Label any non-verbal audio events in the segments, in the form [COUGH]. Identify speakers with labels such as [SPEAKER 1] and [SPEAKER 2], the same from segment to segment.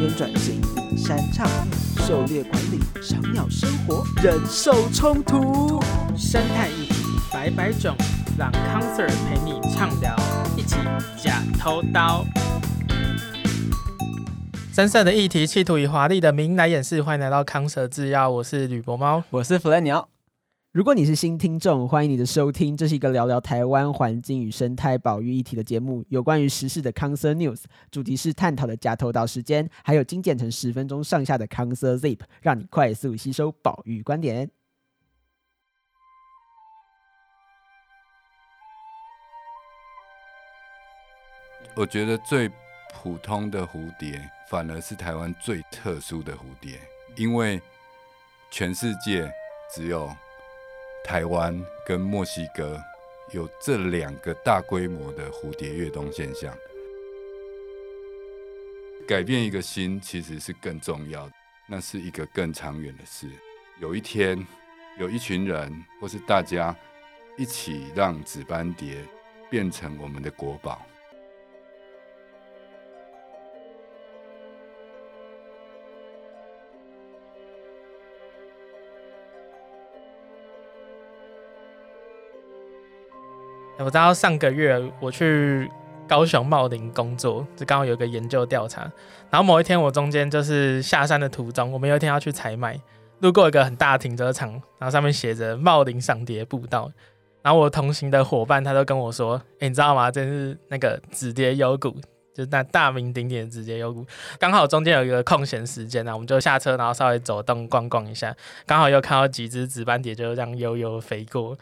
[SPEAKER 1] 源转型、山唱、狩猎管理、赏鸟生活、人兽冲突。
[SPEAKER 2] 生态议题百百种，让康 Sir 陪你畅聊，一起假偷刀。深色的议题，企图以华丽的名来掩饰。欢迎来到康 Sir 制药，我是吕博猫。
[SPEAKER 3] 我是弗兰鸟，
[SPEAKER 1] 如果你是新听众，欢迎你的收听。这是一个聊聊台湾环境与生态保育议题的节目，有关于时事的 Concern News，主题是探讨的加头岛时间，还有精简成十分钟上下的 Concern Zip，让你快速吸收保育观点。
[SPEAKER 4] 我觉得最普通的蝴蝶，反而是台湾最特殊的蝴蝶，因为全世界只有台湾跟墨西哥有这两个大规模的蝴蝶越冬现象。改变一个心其实是更重要的，那是一个更长远的事。有一天，有一群人或是大家一起让紫斑蝶变成我们的国宝。
[SPEAKER 2] 我知道上个月我去高雄茂林工作，就刚好有个研究调查。然后某一天我中间就是下山的途中，我们有一天要去采买，路过一个很大的停车场，然后上面写着茂林赏蝶步道。然后我同行的伙伴他都跟我说：“哎、你知道吗？这是那个紫蝶幽谷，就是那大名鼎鼎的紫蝶幽谷。刚好中间有一个空闲时间呢、啊我们就下车，然后稍微走动逛逛一下。刚好又看到几只紫斑蝶就这样悠悠飞过。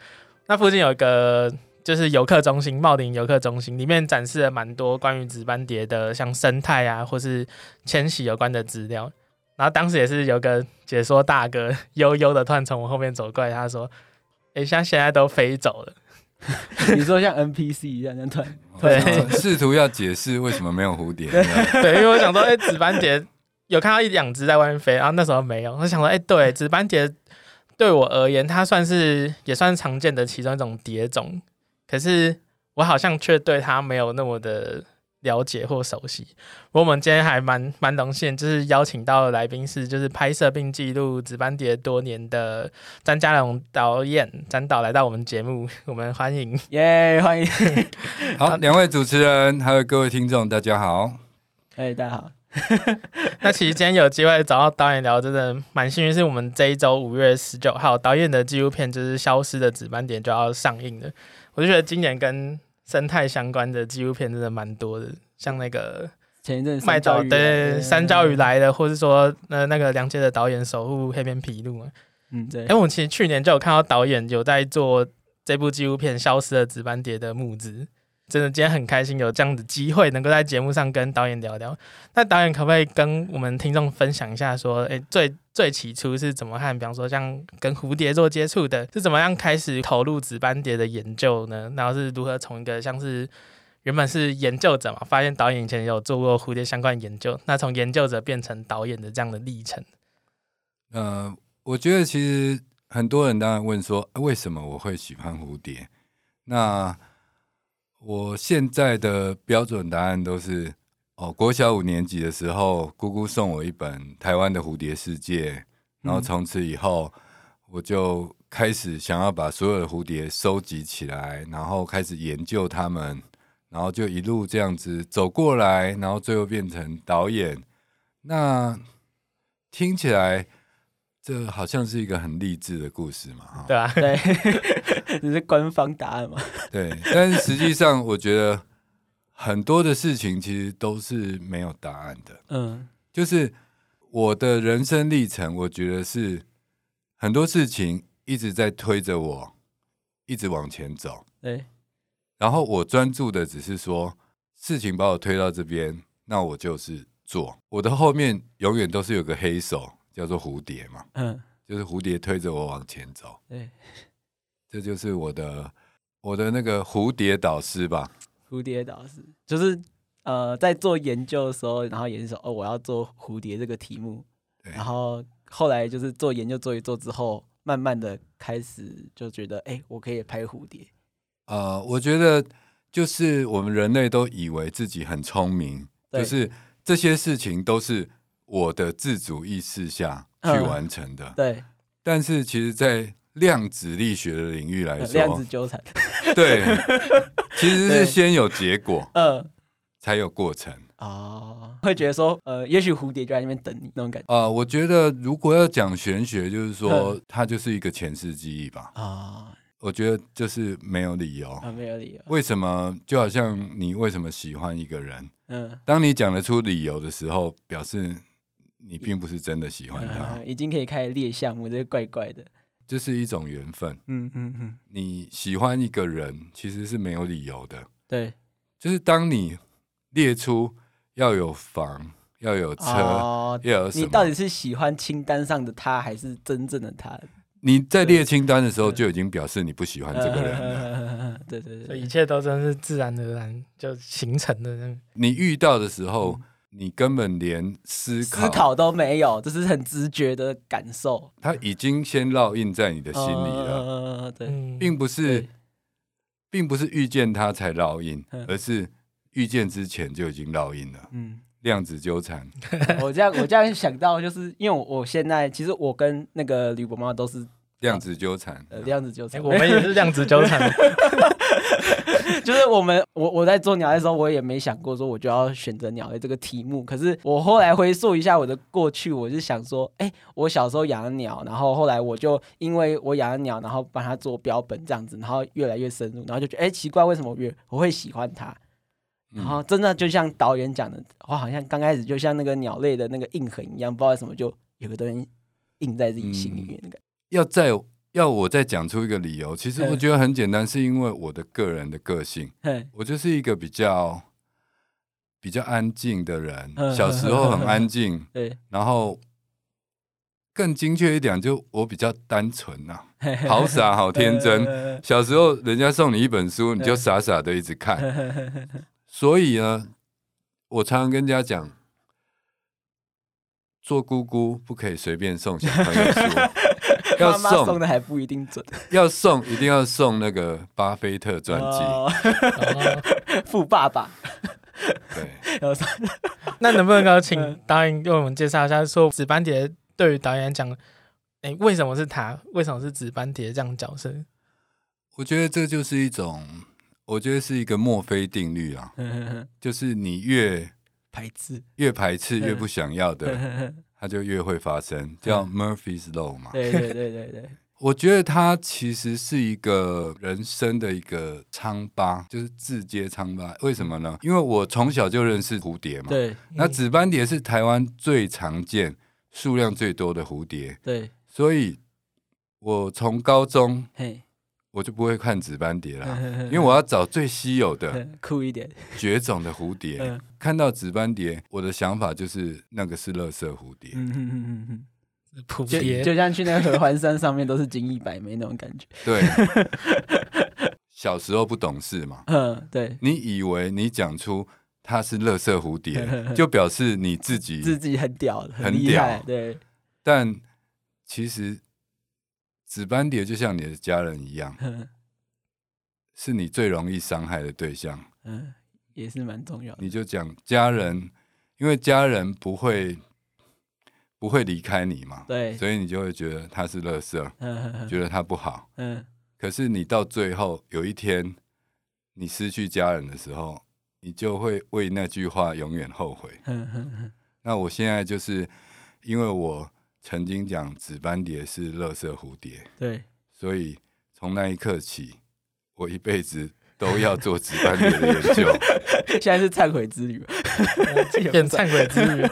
[SPEAKER 2] 那附近有一个就是游客中心，茂林游客中心里面展示了蛮多关于紫斑蝶的像生态啊，或是迁徙有关的资料。然后当时也是有个解说大哥悠悠的突然从我后面走过来，他说：“诶，像现在都飞走了。
[SPEAKER 3] [LAUGHS] 你说像 NPC 一样，那
[SPEAKER 1] [LAUGHS]
[SPEAKER 3] 团
[SPEAKER 2] 对
[SPEAKER 4] 哦试图要解释为什么没有蝴蝶。”
[SPEAKER 2] [LAUGHS] 对，因为我想说，哎诶，紫斑蝶有看到一两只在外面飞，然后那时候没有，我想说，诶，对，紫斑蝶对我而言，它算是也算是常见的其中一种蝶种，可是我好像却对它没有那么的了解或熟悉。不过我们今天还蛮蛮荣幸，就是邀请到的来宾是就是拍摄并记录紫斑蝶多年的詹家龙导演詹导来到我们节目，我们欢迎。
[SPEAKER 3] 耶
[SPEAKER 1] [LAUGHS]
[SPEAKER 3] 欢迎，
[SPEAKER 4] 好，两位主持人还有各位听众，大家好。
[SPEAKER 3] 哎、大家好，
[SPEAKER 2] [LAUGHS] 那其实今天有机会找到导演聊，真的蛮幸运，是我们这一周五月十九号导演的纪录片就是《消失的值班点》就要上映了。我就觉得今年跟生态相关的纪录片真的蛮多的，像那个
[SPEAKER 3] 前一阵
[SPEAKER 2] 麦岛
[SPEAKER 3] 鱼，
[SPEAKER 2] 对山椒鱼，来了，或是说呃那个梁杰的导演守护黑边皮鹭啊。
[SPEAKER 3] 嗯
[SPEAKER 2] [LAUGHS]
[SPEAKER 3] 对
[SPEAKER 2] 哎、，我其实去年就有看到导演有在做这部纪录片《消失的值班蝶》的募资，真的今天很开心有这样的机会能够在节目上跟导演聊聊。那导演可不可以跟我们听众分享一下说，哎、最最起初是怎么和，比方说像跟蝴蝶做接触的，是怎么样开始投入值班蝶的研究呢？然后是如何从一个像是原本是研究者嘛，发现导演以前也有做过蝴蝶相关研究，那从研究者变成导演的这样的历程，
[SPEAKER 4] 呃，我觉得其实很多人当然问说，呃为什么我会喜欢蝴蝶？那我现在的标准答案都是，哦，国小五年级的时候，姑姑送我一本《台湾的蝴蝶世界》，然后从此以后，我就开始想要把所有的蝴蝶收集起来，然后开始研究它们，然后就一路这样子走过来，然后最后变成导演。那听起来这好像是一个很励志的故事嘛，哈。
[SPEAKER 2] 对吧、 [LAUGHS]
[SPEAKER 3] 对，这是官方答案嘛？
[SPEAKER 4] 对，但是实际上，我觉得很多的事情其实都是没有答案的。
[SPEAKER 3] 嗯
[SPEAKER 4] 就是我的人生历程，我觉得是很多事情一直在推着我，一直往前走。
[SPEAKER 3] 对，
[SPEAKER 4] 然后我专注的只是说，事情把我推到这边，那我就是做。我的后面永远都是有个黑手，叫做蝴蝶嘛，
[SPEAKER 3] 嗯
[SPEAKER 4] 就是蝴蝶推着我往前走。
[SPEAKER 3] 对，
[SPEAKER 4] [LAUGHS] 这就是我的我的那个蝴蝶导师吧。
[SPEAKER 3] [LAUGHS] 蝴蝶导师就是呃在做研究的时候，然后也是说哦我要做蝴蝶这个题目，
[SPEAKER 4] 对
[SPEAKER 3] 然后后来就是做研究做一做之后，慢慢的开始就觉得哎、我可以拍蝴蝶，
[SPEAKER 4] 呃，我觉得就是我们人类都以为自己很聪明，
[SPEAKER 3] 对
[SPEAKER 4] 就是这些事情都是我的自主意识下去
[SPEAKER 3] 嗯
[SPEAKER 4] 完成的。
[SPEAKER 3] 对，
[SPEAKER 4] 但是其实，在量子力学的领域来
[SPEAKER 3] 呃量子
[SPEAKER 4] 说，
[SPEAKER 3] 纠缠， [LAUGHS]
[SPEAKER 4] 对，其实
[SPEAKER 3] 对
[SPEAKER 4] 是先有结果
[SPEAKER 3] 呃，
[SPEAKER 4] 才有过程。
[SPEAKER 3] 哦，会觉得说，呃，也许蝴蝶就在那边等你那种感觉
[SPEAKER 4] 啊、我觉得如果要讲玄学，就是说
[SPEAKER 3] 嗯
[SPEAKER 4] 它就是一个前世记忆吧。
[SPEAKER 3] 啊
[SPEAKER 4] 我觉得就是没有理由。
[SPEAKER 3] 啊，没有理由，
[SPEAKER 4] 为什么？就好像你为什么喜欢一个人，
[SPEAKER 3] 嗯，
[SPEAKER 4] 当你讲得出理由的时候，表示你并不是真的喜欢他，
[SPEAKER 3] [LAUGHS] 嗯已经可以开始列项目，这是怪怪的，
[SPEAKER 4] 这是一种缘分。
[SPEAKER 3] 嗯嗯嗯，
[SPEAKER 4] 你喜欢一个人其实是没有理由的，
[SPEAKER 3] 对，
[SPEAKER 4] 就是当你列出要有房、要有车、
[SPEAKER 3] 哦，
[SPEAKER 4] 要有什
[SPEAKER 3] 你
[SPEAKER 4] 么，
[SPEAKER 3] 到底是喜欢清单上的他，还是真正的他？
[SPEAKER 4] 你在列清单的时候就已经表示你不喜啊欢这个
[SPEAKER 3] 嗯
[SPEAKER 4] 人啊了。
[SPEAKER 3] 了， [LAUGHS] 对对
[SPEAKER 2] 所
[SPEAKER 3] 对
[SPEAKER 2] 以一，切都真是自然而然就形成的那种。
[SPEAKER 4] 你遇到的时候，你根本连思考，
[SPEAKER 3] 嗯思考都没有，这是很直觉的感受，
[SPEAKER 4] 它已经先烙印在你的心里
[SPEAKER 3] 嗯
[SPEAKER 4] 啊了，
[SPEAKER 3] 了，哦对，
[SPEAKER 2] 嗯，
[SPEAKER 4] 并不是
[SPEAKER 3] 对，
[SPEAKER 4] 并不是遇见他才烙印
[SPEAKER 3] 嗯，
[SPEAKER 4] 而是遇见之前就已经烙印了。
[SPEAKER 3] 嗯。
[SPEAKER 4] 量子纠缠，
[SPEAKER 3] 我这样我这样想到，就是因为我我现在其实我跟那个吕伯妈都是
[SPEAKER 4] 量子纠缠，
[SPEAKER 3] 呃这样子纠
[SPEAKER 2] 哎
[SPEAKER 3] 缠，
[SPEAKER 2] 我们也是量子纠缠。
[SPEAKER 3] [LAUGHS] 就是我们我我在做鸟类的时候，我也没想过说我就要选择鸟类这个题目。可是我后来回溯一下我的过去，我就想说，哎、我小时候养了鸟，然后后来我就因为我养了鸟，然后帮它做标本这样子，然后越来越深入，然后就觉得，哎、奇怪，为什么我越我会喜欢它？
[SPEAKER 4] 嗯
[SPEAKER 3] 然后真的就像导演讲的，我好像刚开始就像那个鸟类的那个印痕一样，不知道为什么就有个东西印在自己心里面那个。
[SPEAKER 4] 要再要我再讲出一个理由，其实
[SPEAKER 3] 嗯
[SPEAKER 4] 我觉得很简单，是因为我的个人的个性，
[SPEAKER 3] 嘿，
[SPEAKER 4] 我就是一个比较比较安静的人，
[SPEAKER 3] 嗯
[SPEAKER 4] 小时候很安静，
[SPEAKER 3] 对，
[SPEAKER 4] 然后更精确一点，就我比较单纯呐、
[SPEAKER 3] [LAUGHS] 嘿嘿
[SPEAKER 4] 好傻好天真。
[SPEAKER 3] 呃
[SPEAKER 4] 小时候人家送你一本书，
[SPEAKER 3] 嗯
[SPEAKER 4] 你就傻傻的一直看，所以呢，我常常跟人家讲。做姑姑不可以随便送小朋
[SPEAKER 3] [LAUGHS]
[SPEAKER 4] 友书，要
[SPEAKER 3] 妈妈
[SPEAKER 4] 送
[SPEAKER 3] 送的还不一定准。
[SPEAKER 4] 要送一定要送那个巴菲特传记，
[SPEAKER 2] 哦
[SPEAKER 3] 富爸爸，
[SPEAKER 4] 对，
[SPEAKER 3] 有时候
[SPEAKER 2] 那能不能够
[SPEAKER 4] 嗯
[SPEAKER 2] 请导演为我们介绍一下，说紫斑蝶对于导演来讲，哎、为什么是他？为什么是紫斑蝶这样的角色？
[SPEAKER 4] 我觉得这就是一种，我觉得是一个墨菲定律啊，就是你越
[SPEAKER 3] 排斥，
[SPEAKER 4] 越排斥
[SPEAKER 3] 嗯
[SPEAKER 4] 越不想要的，
[SPEAKER 3] 对
[SPEAKER 4] 它就越会发生，叫
[SPEAKER 3] 嗯
[SPEAKER 4] Murphy's Law 嘛。
[SPEAKER 3] 对对对对，
[SPEAKER 4] 我觉得它其实是一个人生的一个疮疤，就是自揭疮疤。为什么呢？因为我从小就认识蝴蝶嘛，
[SPEAKER 3] 对嗯
[SPEAKER 4] 那紫斑蝶是台湾最常见、数量最多的蝴蝶，
[SPEAKER 3] 对，
[SPEAKER 4] 所以我从高中
[SPEAKER 3] 嘿，
[SPEAKER 4] 我就不会看紫斑蝶啦，
[SPEAKER 3] 因
[SPEAKER 4] 因为我要找最稀有的
[SPEAKER 3] 酷一点，
[SPEAKER 4] 绝种的蝴蝶
[SPEAKER 3] 嗯。
[SPEAKER 4] 看到紫斑蝶，我的想法就是那个是垃圾蝴蝶。
[SPEAKER 3] 嗯嗯嗯嗯，
[SPEAKER 2] 蝴
[SPEAKER 3] 就
[SPEAKER 2] 蝶，
[SPEAKER 3] 就像去那个合欢山上面都是金翼百媚那种感觉， [LAUGHS]
[SPEAKER 4] 对，小时候不懂事嘛，
[SPEAKER 3] 嗯，对，
[SPEAKER 4] 你以为你讲出它是垃圾蝴
[SPEAKER 3] [LAUGHS]
[SPEAKER 4] 蝶，就表示你自
[SPEAKER 3] 自
[SPEAKER 4] 己，
[SPEAKER 3] 己很屌，
[SPEAKER 4] 很
[SPEAKER 3] 厉害，
[SPEAKER 4] 屌
[SPEAKER 3] 对，
[SPEAKER 4] 但其实紫斑蝶就像你的家人一样，
[SPEAKER 3] 嗯
[SPEAKER 4] 是你最容易伤害的对象。
[SPEAKER 3] 嗯，也是蛮重要的，
[SPEAKER 4] 你就讲家人，因为家人不会不会离开你嘛，
[SPEAKER 3] 对，
[SPEAKER 4] 所以你就会觉得他是垃圾，
[SPEAKER 3] 嗯
[SPEAKER 4] 觉得他不好。
[SPEAKER 3] 嗯
[SPEAKER 4] 可是你到最后有一天，你失去家人的时候，你就会为那句话永远后悔。
[SPEAKER 3] 嗯
[SPEAKER 4] 那我现在就是因为我曾经讲紫斑蝶是垃圾蝴蝶，
[SPEAKER 3] 对，
[SPEAKER 4] 所以从那一刻起，我一辈子都要做紫斑蝶的研究。
[SPEAKER 3] 现在是忏悔之旅，
[SPEAKER 2] 变忏悔之旅。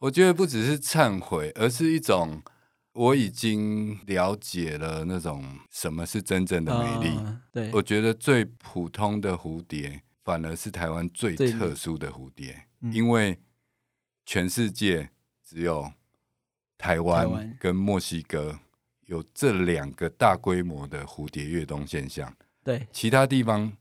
[SPEAKER 4] 我觉得不只是忏悔，而是一种我已经了解了那种什么是真正的美
[SPEAKER 3] 啊
[SPEAKER 4] 丽。，
[SPEAKER 3] 对，
[SPEAKER 4] 我觉得最普通的蝴蝶，反而是台湾最
[SPEAKER 3] 最
[SPEAKER 4] 特殊的蝴蝶，
[SPEAKER 3] 嗯
[SPEAKER 4] 因为全世界只有台
[SPEAKER 3] 台
[SPEAKER 4] 湾
[SPEAKER 3] 湾
[SPEAKER 4] 跟墨西哥有这两个大规模的蝴蝶越冬现象，
[SPEAKER 3] 对
[SPEAKER 4] 其他地方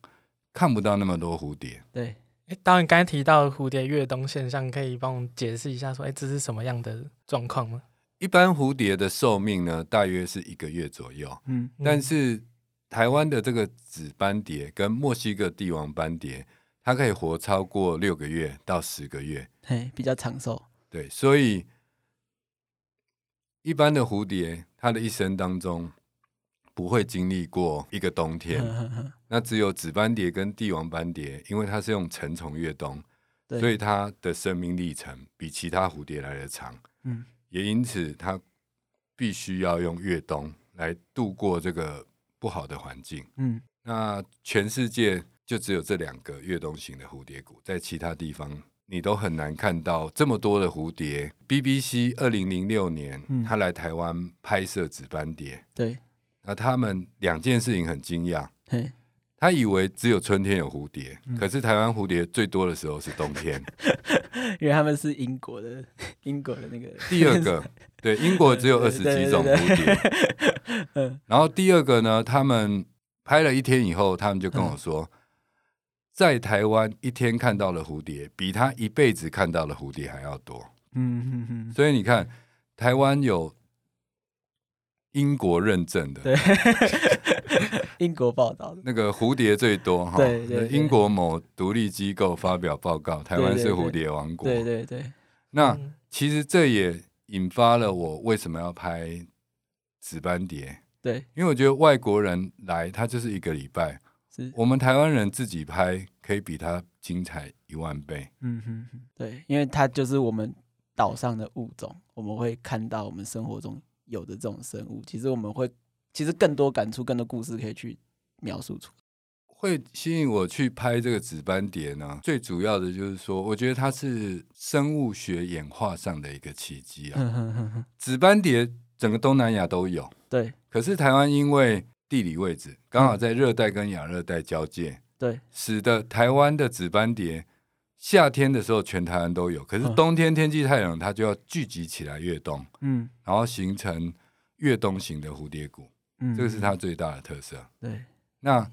[SPEAKER 4] 看不到那么多蝴蝶。
[SPEAKER 3] 对，
[SPEAKER 2] 哎、导演刚才提到蝴蝶越冬现象，可以帮我们解释一下说哎、这是什么样的状况吗？
[SPEAKER 4] 一般蝴蝶的寿命呢，大约是一个月左右。
[SPEAKER 3] 嗯
[SPEAKER 2] 嗯
[SPEAKER 4] 但是台湾的这个紫斑蝶跟墨西哥帝王斑蝶，它可以活超过六个月到十个月，
[SPEAKER 3] 嘿，比较长寿，
[SPEAKER 4] 对，所以一般的蝴蝶，它的一生当中不会经历过一个冬天，
[SPEAKER 3] 嗯
[SPEAKER 4] 那只有紫斑蝶跟帝王斑蝶，因为它是用成虫越冬，
[SPEAKER 3] 对
[SPEAKER 4] 所以它的生命历程比其他蝴蝶来的长。
[SPEAKER 3] 嗯，
[SPEAKER 4] 也因此它必须要用越冬来度过这个不好的环境。
[SPEAKER 3] 嗯，
[SPEAKER 4] 那全世界就只有这两个越冬型的蝴蝶谷，在其他地方你都很难看到这么多的蝴蝶。BBC 二零零六年，
[SPEAKER 3] 嗯
[SPEAKER 4] 他来台湾拍摄紫斑蝶，
[SPEAKER 3] 对，
[SPEAKER 4] 那他们两件事情很惊讶，
[SPEAKER 3] 嘿，
[SPEAKER 4] 他以为只有春天有蝴蝶，
[SPEAKER 3] 嗯
[SPEAKER 4] 可是台湾蝴蝶最多的时候是冬天。
[SPEAKER 3] 因为他们是英国的，英国的那个
[SPEAKER 4] 第二
[SPEAKER 3] [LAUGHS]
[SPEAKER 4] 个，对，英国只有二十
[SPEAKER 3] 对
[SPEAKER 4] 几
[SPEAKER 3] 对嗯
[SPEAKER 4] 种
[SPEAKER 3] 对
[SPEAKER 4] 蝴蝶。然后第二个呢，他们拍了一天以后，他们就跟我说，
[SPEAKER 3] 嗯
[SPEAKER 4] 在台湾一天看到的蝴蝶，比他一辈子看到的蝴蝶还要多。
[SPEAKER 3] 嗯嗯嗯，
[SPEAKER 4] 所以你看，台湾有英国认证的
[SPEAKER 3] 对，英国报道的，
[SPEAKER 4] 那个蝴蝶最多哈。
[SPEAKER 3] 对对对
[SPEAKER 4] 英国某独立机构发表报告，台湾
[SPEAKER 3] 对
[SPEAKER 4] 是
[SPEAKER 3] 对
[SPEAKER 4] 蝴蝶王国。
[SPEAKER 3] 对对对，
[SPEAKER 4] 那、
[SPEAKER 2] 嗯
[SPEAKER 4] 其实这也引发了我为什么要拍紫斑蝶，
[SPEAKER 3] 对
[SPEAKER 4] 因为我觉得外国人来他就是一个礼拜，
[SPEAKER 3] 是，
[SPEAKER 4] 我们台湾人自己拍可以比他精彩一万倍。
[SPEAKER 3] 嗯哼哼，对，因为它就是我们岛上的物种，我们会看到我们生活中有的这种生物，其实我们会，其实更多感触，更多故事可以去描述出。
[SPEAKER 4] 会吸引我去拍这个紫斑蝶呢，最主要的就是说，我觉得它是生物学演化上的一个奇迹啊。
[SPEAKER 3] 哼哼哼哼，
[SPEAKER 4] 紫斑蝶整个东南亚都有，
[SPEAKER 3] 对
[SPEAKER 4] 可是台湾因为地理位置刚好在热带跟亚热带交界，
[SPEAKER 3] 嗯对，
[SPEAKER 4] 使得台湾的紫斑蝶夏天的时候全台湾都有，可是
[SPEAKER 3] 嗯
[SPEAKER 4] 冬天天气太冷，它就要聚集起来越冬，
[SPEAKER 3] 嗯
[SPEAKER 4] 然后形成越冬型的蝴蝶谷，
[SPEAKER 3] 嗯，
[SPEAKER 4] 这个是它最大的特色。
[SPEAKER 3] 对，
[SPEAKER 4] 那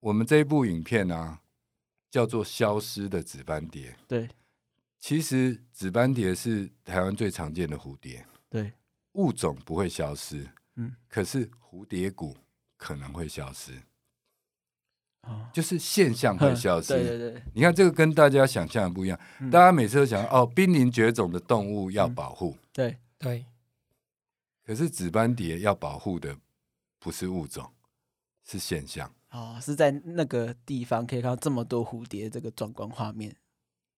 [SPEAKER 4] 我们这一部影片呢、啊叫做《消失的紫斑蝶》。
[SPEAKER 3] 对，
[SPEAKER 4] 其实紫斑蝶是台湾最常见的蝴蝶，
[SPEAKER 3] 对，
[SPEAKER 4] 物种不会消失，
[SPEAKER 3] 嗯，
[SPEAKER 4] 可是蝴蝶谷可能会消失，
[SPEAKER 3] 哦，
[SPEAKER 4] 就是现象会消失，
[SPEAKER 3] 嗯对对对，
[SPEAKER 4] 你看这个跟大家想象的不一样，
[SPEAKER 3] 嗯
[SPEAKER 4] 大家每次都想哦，濒临绝种的动物要保护，
[SPEAKER 3] 对，
[SPEAKER 2] 对，
[SPEAKER 4] 可是紫斑蝶要保护的不是物种，是现象。
[SPEAKER 3] 哦，是在那个地方可以看到这么多蝴蝶这个壮观画面。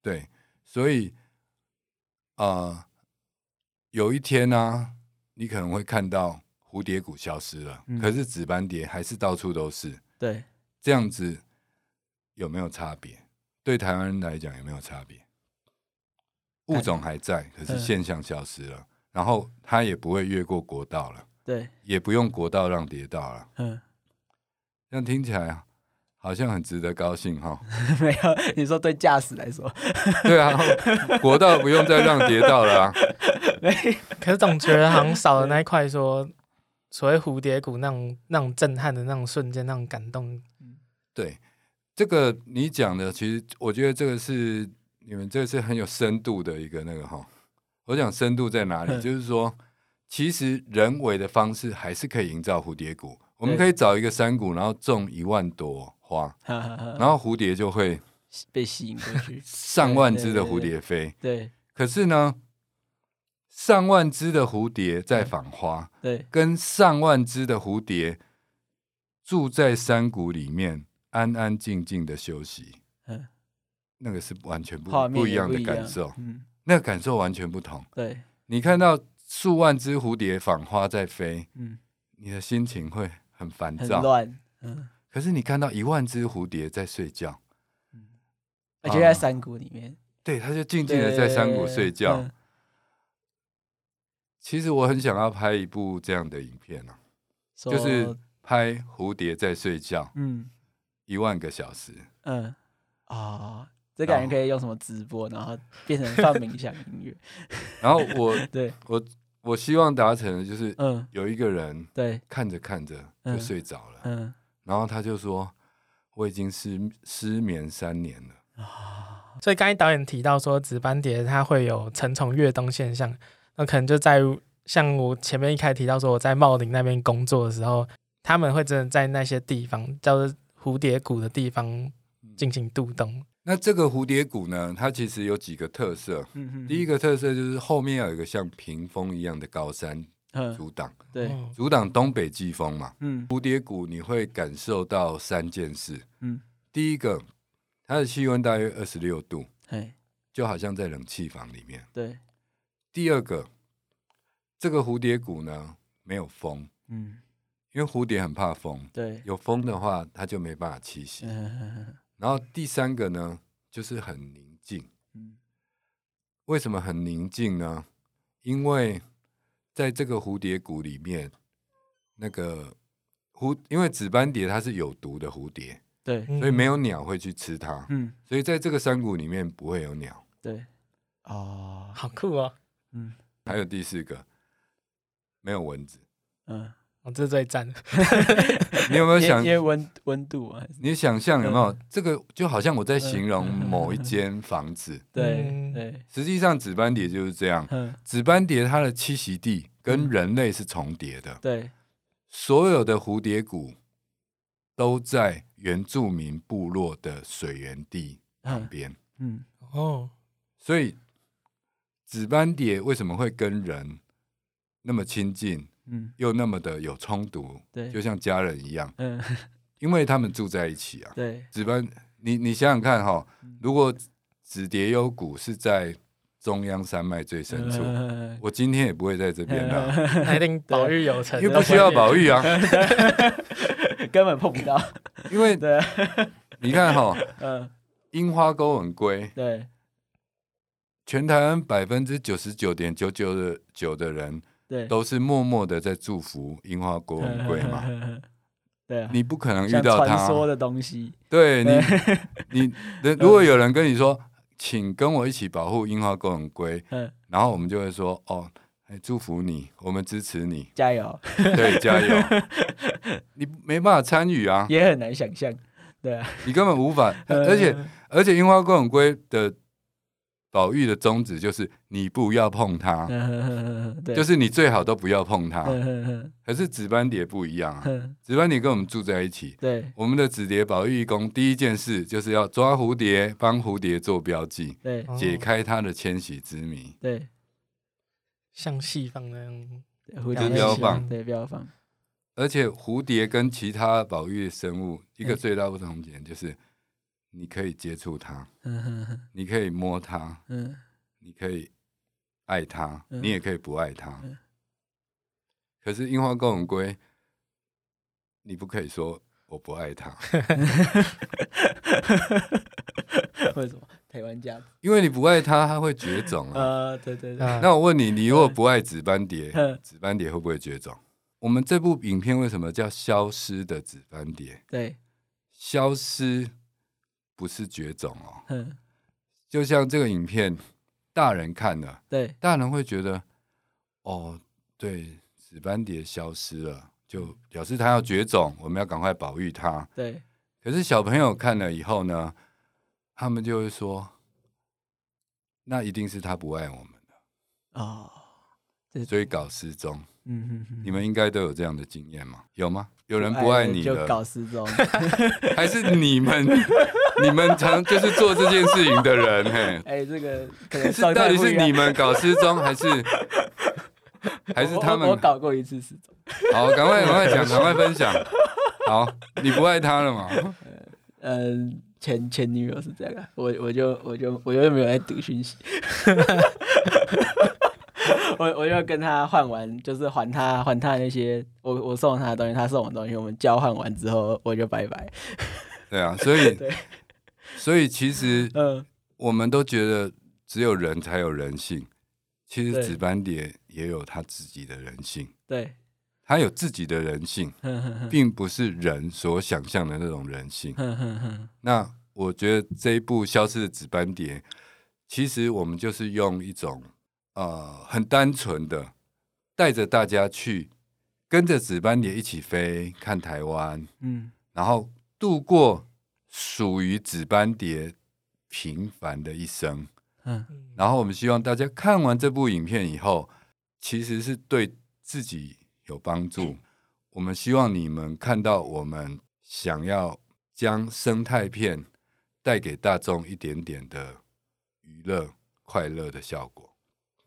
[SPEAKER 4] 对，所以啊、呃有一天呢、你可能会看到蝴蝶谷消失了，
[SPEAKER 3] 嗯
[SPEAKER 4] 可是紫斑蝶还是到处都是，
[SPEAKER 3] 对，
[SPEAKER 4] 这样子有没有差别？对台湾人来讲有没有差别？物种还在，可是
[SPEAKER 3] 嗯
[SPEAKER 4] 现象消失了，然后它也不会越过国道了，
[SPEAKER 3] 对，
[SPEAKER 4] 也不用国道让跌道了。
[SPEAKER 3] 嗯，
[SPEAKER 4] 这样听起来啊好像很值得高兴哈。
[SPEAKER 3] 嗯 [LAUGHS] 没有，你说对驾驶来说，
[SPEAKER 4] 对啊， [LAUGHS] 国道不用再让跌道了、啊。
[SPEAKER 2] 可是总觉得好像少了那一块说。所谓蝴蝶谷那种、那种震撼的那种瞬间、那种感动，
[SPEAKER 4] 对，这个你讲的，其实我觉得这个是你们这个是很有深度的一个那个哈。我讲深度在哪里，
[SPEAKER 3] 嗯
[SPEAKER 4] 就是说，其实人为的方式还是可以营造蝴蝶谷。我们可以找一个山谷，然后种一万朵花，
[SPEAKER 3] [LAUGHS] 哈哈哈
[SPEAKER 4] 然后蝴蝶就会。
[SPEAKER 3] 被吸引过去
[SPEAKER 4] 上万只的蝴蝶飞。
[SPEAKER 3] [LAUGHS] 对
[SPEAKER 4] 可是呢，上万只的蝴蝶
[SPEAKER 3] 嗯
[SPEAKER 4] 在访花，
[SPEAKER 3] 对，
[SPEAKER 4] 跟上万只的蝴蝶住在山谷里面，安安静静的休息。
[SPEAKER 3] 嗯，
[SPEAKER 4] 那个是完全不
[SPEAKER 3] 画面
[SPEAKER 4] 不一
[SPEAKER 3] 也
[SPEAKER 4] 样
[SPEAKER 3] 不
[SPEAKER 4] 的
[SPEAKER 3] 一
[SPEAKER 4] 感受，
[SPEAKER 3] 嗯，
[SPEAKER 4] 那个感受完全不同。
[SPEAKER 3] 对，
[SPEAKER 4] 你看到数万只蝴蝶访花在飞，
[SPEAKER 3] 嗯，
[SPEAKER 4] 你的心情会很烦
[SPEAKER 3] 很
[SPEAKER 4] 躁。
[SPEAKER 3] 乱，嗯，
[SPEAKER 4] 可是你看到一万只蝴蝶在睡觉，
[SPEAKER 3] 而且在山谷里面，
[SPEAKER 4] 对，它就静静
[SPEAKER 3] 对，
[SPEAKER 4] 的在山谷睡觉。
[SPEAKER 3] 嗯
[SPEAKER 4] 其实我很想要拍一部这样的影片啊，就
[SPEAKER 3] 说
[SPEAKER 4] 是拍蝴蝶在睡觉
[SPEAKER 3] 嗯
[SPEAKER 4] 一万个小时。
[SPEAKER 3] 嗯啊，这
[SPEAKER 4] 哦
[SPEAKER 3] 感觉可以用什么直播，然后变成放冥想音乐。
[SPEAKER 4] 然后我 [LAUGHS]
[SPEAKER 3] 对，
[SPEAKER 4] 我希望达成的就是
[SPEAKER 3] 嗯，
[SPEAKER 4] 有一个人
[SPEAKER 3] 对，
[SPEAKER 4] 看着看着就
[SPEAKER 3] 嗯
[SPEAKER 4] 睡着了，
[SPEAKER 3] 嗯
[SPEAKER 4] 然后他就说：“我已经失失眠三年了。”哦
[SPEAKER 2] 所以刚才导演提到说，紫斑蝶它会有成虫越冬现象，那可能就在于像我前面一开始提到说，我在茂林那边工作的时候，他们会真的在那些地方，叫做蝴蝶谷的地方进行渡冬。
[SPEAKER 4] 那这个蝴蝶谷呢，它其实有几个特色。
[SPEAKER 3] 嗯
[SPEAKER 4] 第一个特色就是后面要有一个像屏风一样的高山
[SPEAKER 3] 嗯，
[SPEAKER 4] 阻挡，
[SPEAKER 3] 对，
[SPEAKER 2] 哦
[SPEAKER 4] 阻挡东北季风嘛。
[SPEAKER 3] 嗯
[SPEAKER 4] 蝴蝶谷你会感受到三件事。
[SPEAKER 3] 嗯，
[SPEAKER 4] 第一个，它的气温大约二十六度，
[SPEAKER 3] 嘿，
[SPEAKER 4] 就好像在冷气房里面。
[SPEAKER 3] 对，
[SPEAKER 4] 第二个，这个蝴蝶谷呢没有风，
[SPEAKER 3] 嗯
[SPEAKER 4] 因为蝴蝶很怕风，
[SPEAKER 3] 对，
[SPEAKER 4] 有风的话它就没办法栖息。
[SPEAKER 3] 嗯
[SPEAKER 4] 然后第三个呢，就是很宁静。
[SPEAKER 3] 嗯
[SPEAKER 4] 为什么很宁静呢？因为在这个蝴蝶谷里面，那个蝴，因为紫斑蝶它是有毒的蝴蝶，
[SPEAKER 3] 对，
[SPEAKER 4] 所以
[SPEAKER 2] 嗯
[SPEAKER 4] 没有鸟会去吃它，
[SPEAKER 3] 嗯
[SPEAKER 4] 所以在这个山谷里面不会有鸟。
[SPEAKER 3] 对，哦，
[SPEAKER 2] 好酷哦，
[SPEAKER 3] 嗯
[SPEAKER 4] 还有第四个，没有蚊子。
[SPEAKER 3] 嗯，
[SPEAKER 2] 哦这最赞了，
[SPEAKER 4] 你有没有
[SPEAKER 3] 因
[SPEAKER 4] 想
[SPEAKER 3] 为因为温温度啊，
[SPEAKER 4] 你想象有没
[SPEAKER 3] 嗯
[SPEAKER 4] 有？这个就好像我在形容
[SPEAKER 2] 嗯
[SPEAKER 4] 某一间房子，
[SPEAKER 3] 对
[SPEAKER 2] 嗯
[SPEAKER 3] 对，
[SPEAKER 4] 实际上紫斑蝶就是这样。
[SPEAKER 3] 嗯
[SPEAKER 4] 紫斑蝶它的栖息地跟人类是重叠的，
[SPEAKER 3] 对，嗯
[SPEAKER 4] 所有的蝴蝶谷都在原住民部落的水源地旁
[SPEAKER 3] 嗯
[SPEAKER 4] 边，
[SPEAKER 3] 嗯
[SPEAKER 2] 哦，
[SPEAKER 4] 所以紫斑蝶为什么会跟人那么亲近，
[SPEAKER 3] 嗯
[SPEAKER 4] 又那么的有冲突，
[SPEAKER 3] 对，
[SPEAKER 4] 就像家人一样，
[SPEAKER 3] 嗯
[SPEAKER 4] 因为他们住在一起啊。 [LAUGHS]
[SPEAKER 3] 对，
[SPEAKER 4] 紫斑，你你想想看哈、
[SPEAKER 3] 嗯
[SPEAKER 4] 如果紫蝶幽谷是在中央山脉最深处，
[SPEAKER 3] 嗯
[SPEAKER 4] 我今天也不会在这边啊啦、
[SPEAKER 2] 那一定保育有成，
[SPEAKER 4] 因为不需要保
[SPEAKER 2] 育，
[SPEAKER 4] 育啊，
[SPEAKER 3] [LAUGHS] 根本碰不到，
[SPEAKER 4] 因为
[SPEAKER 3] 对，
[SPEAKER 4] 你看哈、
[SPEAKER 3] 嗯
[SPEAKER 4] 樱花钩吻龟，
[SPEAKER 3] 对
[SPEAKER 4] 全台湾百分之九十九点九九的九的人
[SPEAKER 3] 对，
[SPEAKER 4] 都是默默的在祝福樱花钩吻龟
[SPEAKER 3] [LAUGHS]
[SPEAKER 4] 嘛，
[SPEAKER 3] 嘛，对啊，
[SPEAKER 4] 你不可能遇
[SPEAKER 3] 像
[SPEAKER 4] 到
[SPEAKER 3] 传说
[SPEAKER 4] 它。
[SPEAKER 3] 的东西，
[SPEAKER 4] 对你，你
[SPEAKER 3] [LAUGHS]
[SPEAKER 4] 人如果有人跟你说，请跟我一起保护樱花钩吻龟，
[SPEAKER 3] [LAUGHS] 嗯，
[SPEAKER 4] 然后我们就会说，哦，哎祝福你，我们支持你，
[SPEAKER 3] 加油，
[SPEAKER 4] 对，加油！
[SPEAKER 3] [LAUGHS]
[SPEAKER 4] 你没办法参与啊，
[SPEAKER 3] 也嗯很难想象，对啊，
[SPEAKER 4] 你根本无
[SPEAKER 3] [LAUGHS]
[SPEAKER 4] 法。 [LAUGHS] 而且而且，樱花公吻龟的保育的宗旨就是你不要碰它，
[SPEAKER 3] 嗯，对，
[SPEAKER 4] 就是啊你最好都不要碰它。
[SPEAKER 3] 嗯
[SPEAKER 4] 可是紫斑蝶不一样啊，
[SPEAKER 3] 嗯，
[SPEAKER 4] 紫斑蝶跟我们住在一起。
[SPEAKER 3] 对
[SPEAKER 4] 我们的紫蝶保育义工第一件事就是要抓蝴蝶，帮蝴蝶做标记，
[SPEAKER 3] 对
[SPEAKER 2] 哦
[SPEAKER 4] 解开它的迁徙之谜。
[SPEAKER 3] 对，
[SPEAKER 2] 像戏放那样，
[SPEAKER 3] 蝴
[SPEAKER 4] 就
[SPEAKER 3] 蝶
[SPEAKER 4] 标
[SPEAKER 3] 系
[SPEAKER 4] 榜
[SPEAKER 3] 对标放，
[SPEAKER 4] 而且蝴蝶跟其他保育生物一个
[SPEAKER 3] 嗯
[SPEAKER 4] 最大不同点就是，你可以接触它，
[SPEAKER 3] [LAUGHS] 嗯嗯
[SPEAKER 4] 你可以摸它，
[SPEAKER 3] 嗯
[SPEAKER 4] 你可以爱它，
[SPEAKER 3] 嗯
[SPEAKER 4] 你也可以不爱它。
[SPEAKER 3] 嗯
[SPEAKER 4] 可是樱花公吻龟，你不可以说我不爱它，
[SPEAKER 3] 嗯，为什么台湾家？
[SPEAKER 4] 因为你不爱它，它会绝种啊。
[SPEAKER 3] 呃，对对对，
[SPEAKER 2] 啊
[SPEAKER 4] 那我问你，你如果不爱紫斑蝶，
[SPEAKER 3] 嗯，
[SPEAKER 4] 紫斑蝶会不会绝种？我们这部影片为什么叫《消失的紫斑蝶》？
[SPEAKER 3] 对，
[SPEAKER 4] 消失不是绝种哦，
[SPEAKER 3] 嗯
[SPEAKER 4] 就像这个影片，大人看了，
[SPEAKER 3] 对，
[SPEAKER 4] 大人会觉得，哦，对，紫斑蝶消失了，
[SPEAKER 3] 嗯
[SPEAKER 4] 就表示它要绝种，我们要赶快保育它。
[SPEAKER 3] 对，
[SPEAKER 4] 可是小朋友看了以后呢，他们就会说，那一定是它不爱我们了，
[SPEAKER 3] 哦，
[SPEAKER 4] 所以搞失踪。
[SPEAKER 3] 嗯嗯
[SPEAKER 4] 你们应该都有这样的经验吗？有吗？有人不爱你
[SPEAKER 3] 哎就
[SPEAKER 4] 的，
[SPEAKER 3] 搞失
[SPEAKER 4] [LAUGHS]
[SPEAKER 3] 踪，
[SPEAKER 4] 还是你们 [LAUGHS] 你们常就是做这件事情的人？嘿，
[SPEAKER 3] 哎，这个可能
[SPEAKER 4] 是
[SPEAKER 3] 状
[SPEAKER 4] 到
[SPEAKER 3] 态
[SPEAKER 4] 底
[SPEAKER 3] 不
[SPEAKER 4] 是
[SPEAKER 3] 一样
[SPEAKER 4] 你们搞失踪，还
[SPEAKER 3] [LAUGHS]
[SPEAKER 4] 是还是
[SPEAKER 3] 我
[SPEAKER 4] 他
[SPEAKER 3] 我我
[SPEAKER 4] 们？
[SPEAKER 3] 搞过一次失踪，
[SPEAKER 4] [LAUGHS] 好，赶快赶快讲，赶快分享。好，你不爱他了嘛？
[SPEAKER 3] 嗯，前前女友是这样啊，我我就我就我就没有在读讯息， [LAUGHS] 我我就跟他换完，就是还他还他那些我我送他的东西，他送我的东西，我们交换完之后我就拜拜，
[SPEAKER 4] 对啊，所以
[SPEAKER 3] 对
[SPEAKER 4] 所以其实
[SPEAKER 3] 嗯，
[SPEAKER 4] 我们都觉得只有人才有人性，其实
[SPEAKER 3] 对
[SPEAKER 4] 紫斑蝶也有它自己的人性，
[SPEAKER 3] 对，
[SPEAKER 4] 它有自己的人性，
[SPEAKER 3] 哼哼哼
[SPEAKER 4] 并不是人所想象的那种人性。
[SPEAKER 3] 哼哼哼，
[SPEAKER 4] 那我觉得这一部《消失的紫斑蝶》，其实我们就是用一种呃很单纯的，带着大家去跟着紫斑蝶一起飞，看台湾，
[SPEAKER 3] 嗯
[SPEAKER 4] 然后度过属于紫斑蝶平凡的一生。
[SPEAKER 3] 嗯
[SPEAKER 2] 嗯
[SPEAKER 4] 然后我们希望大家看完这部影片以后，其实是对自己有帮助。我们希望你们看到我们想要将生态片带给大众一点点的娱乐快乐的效果。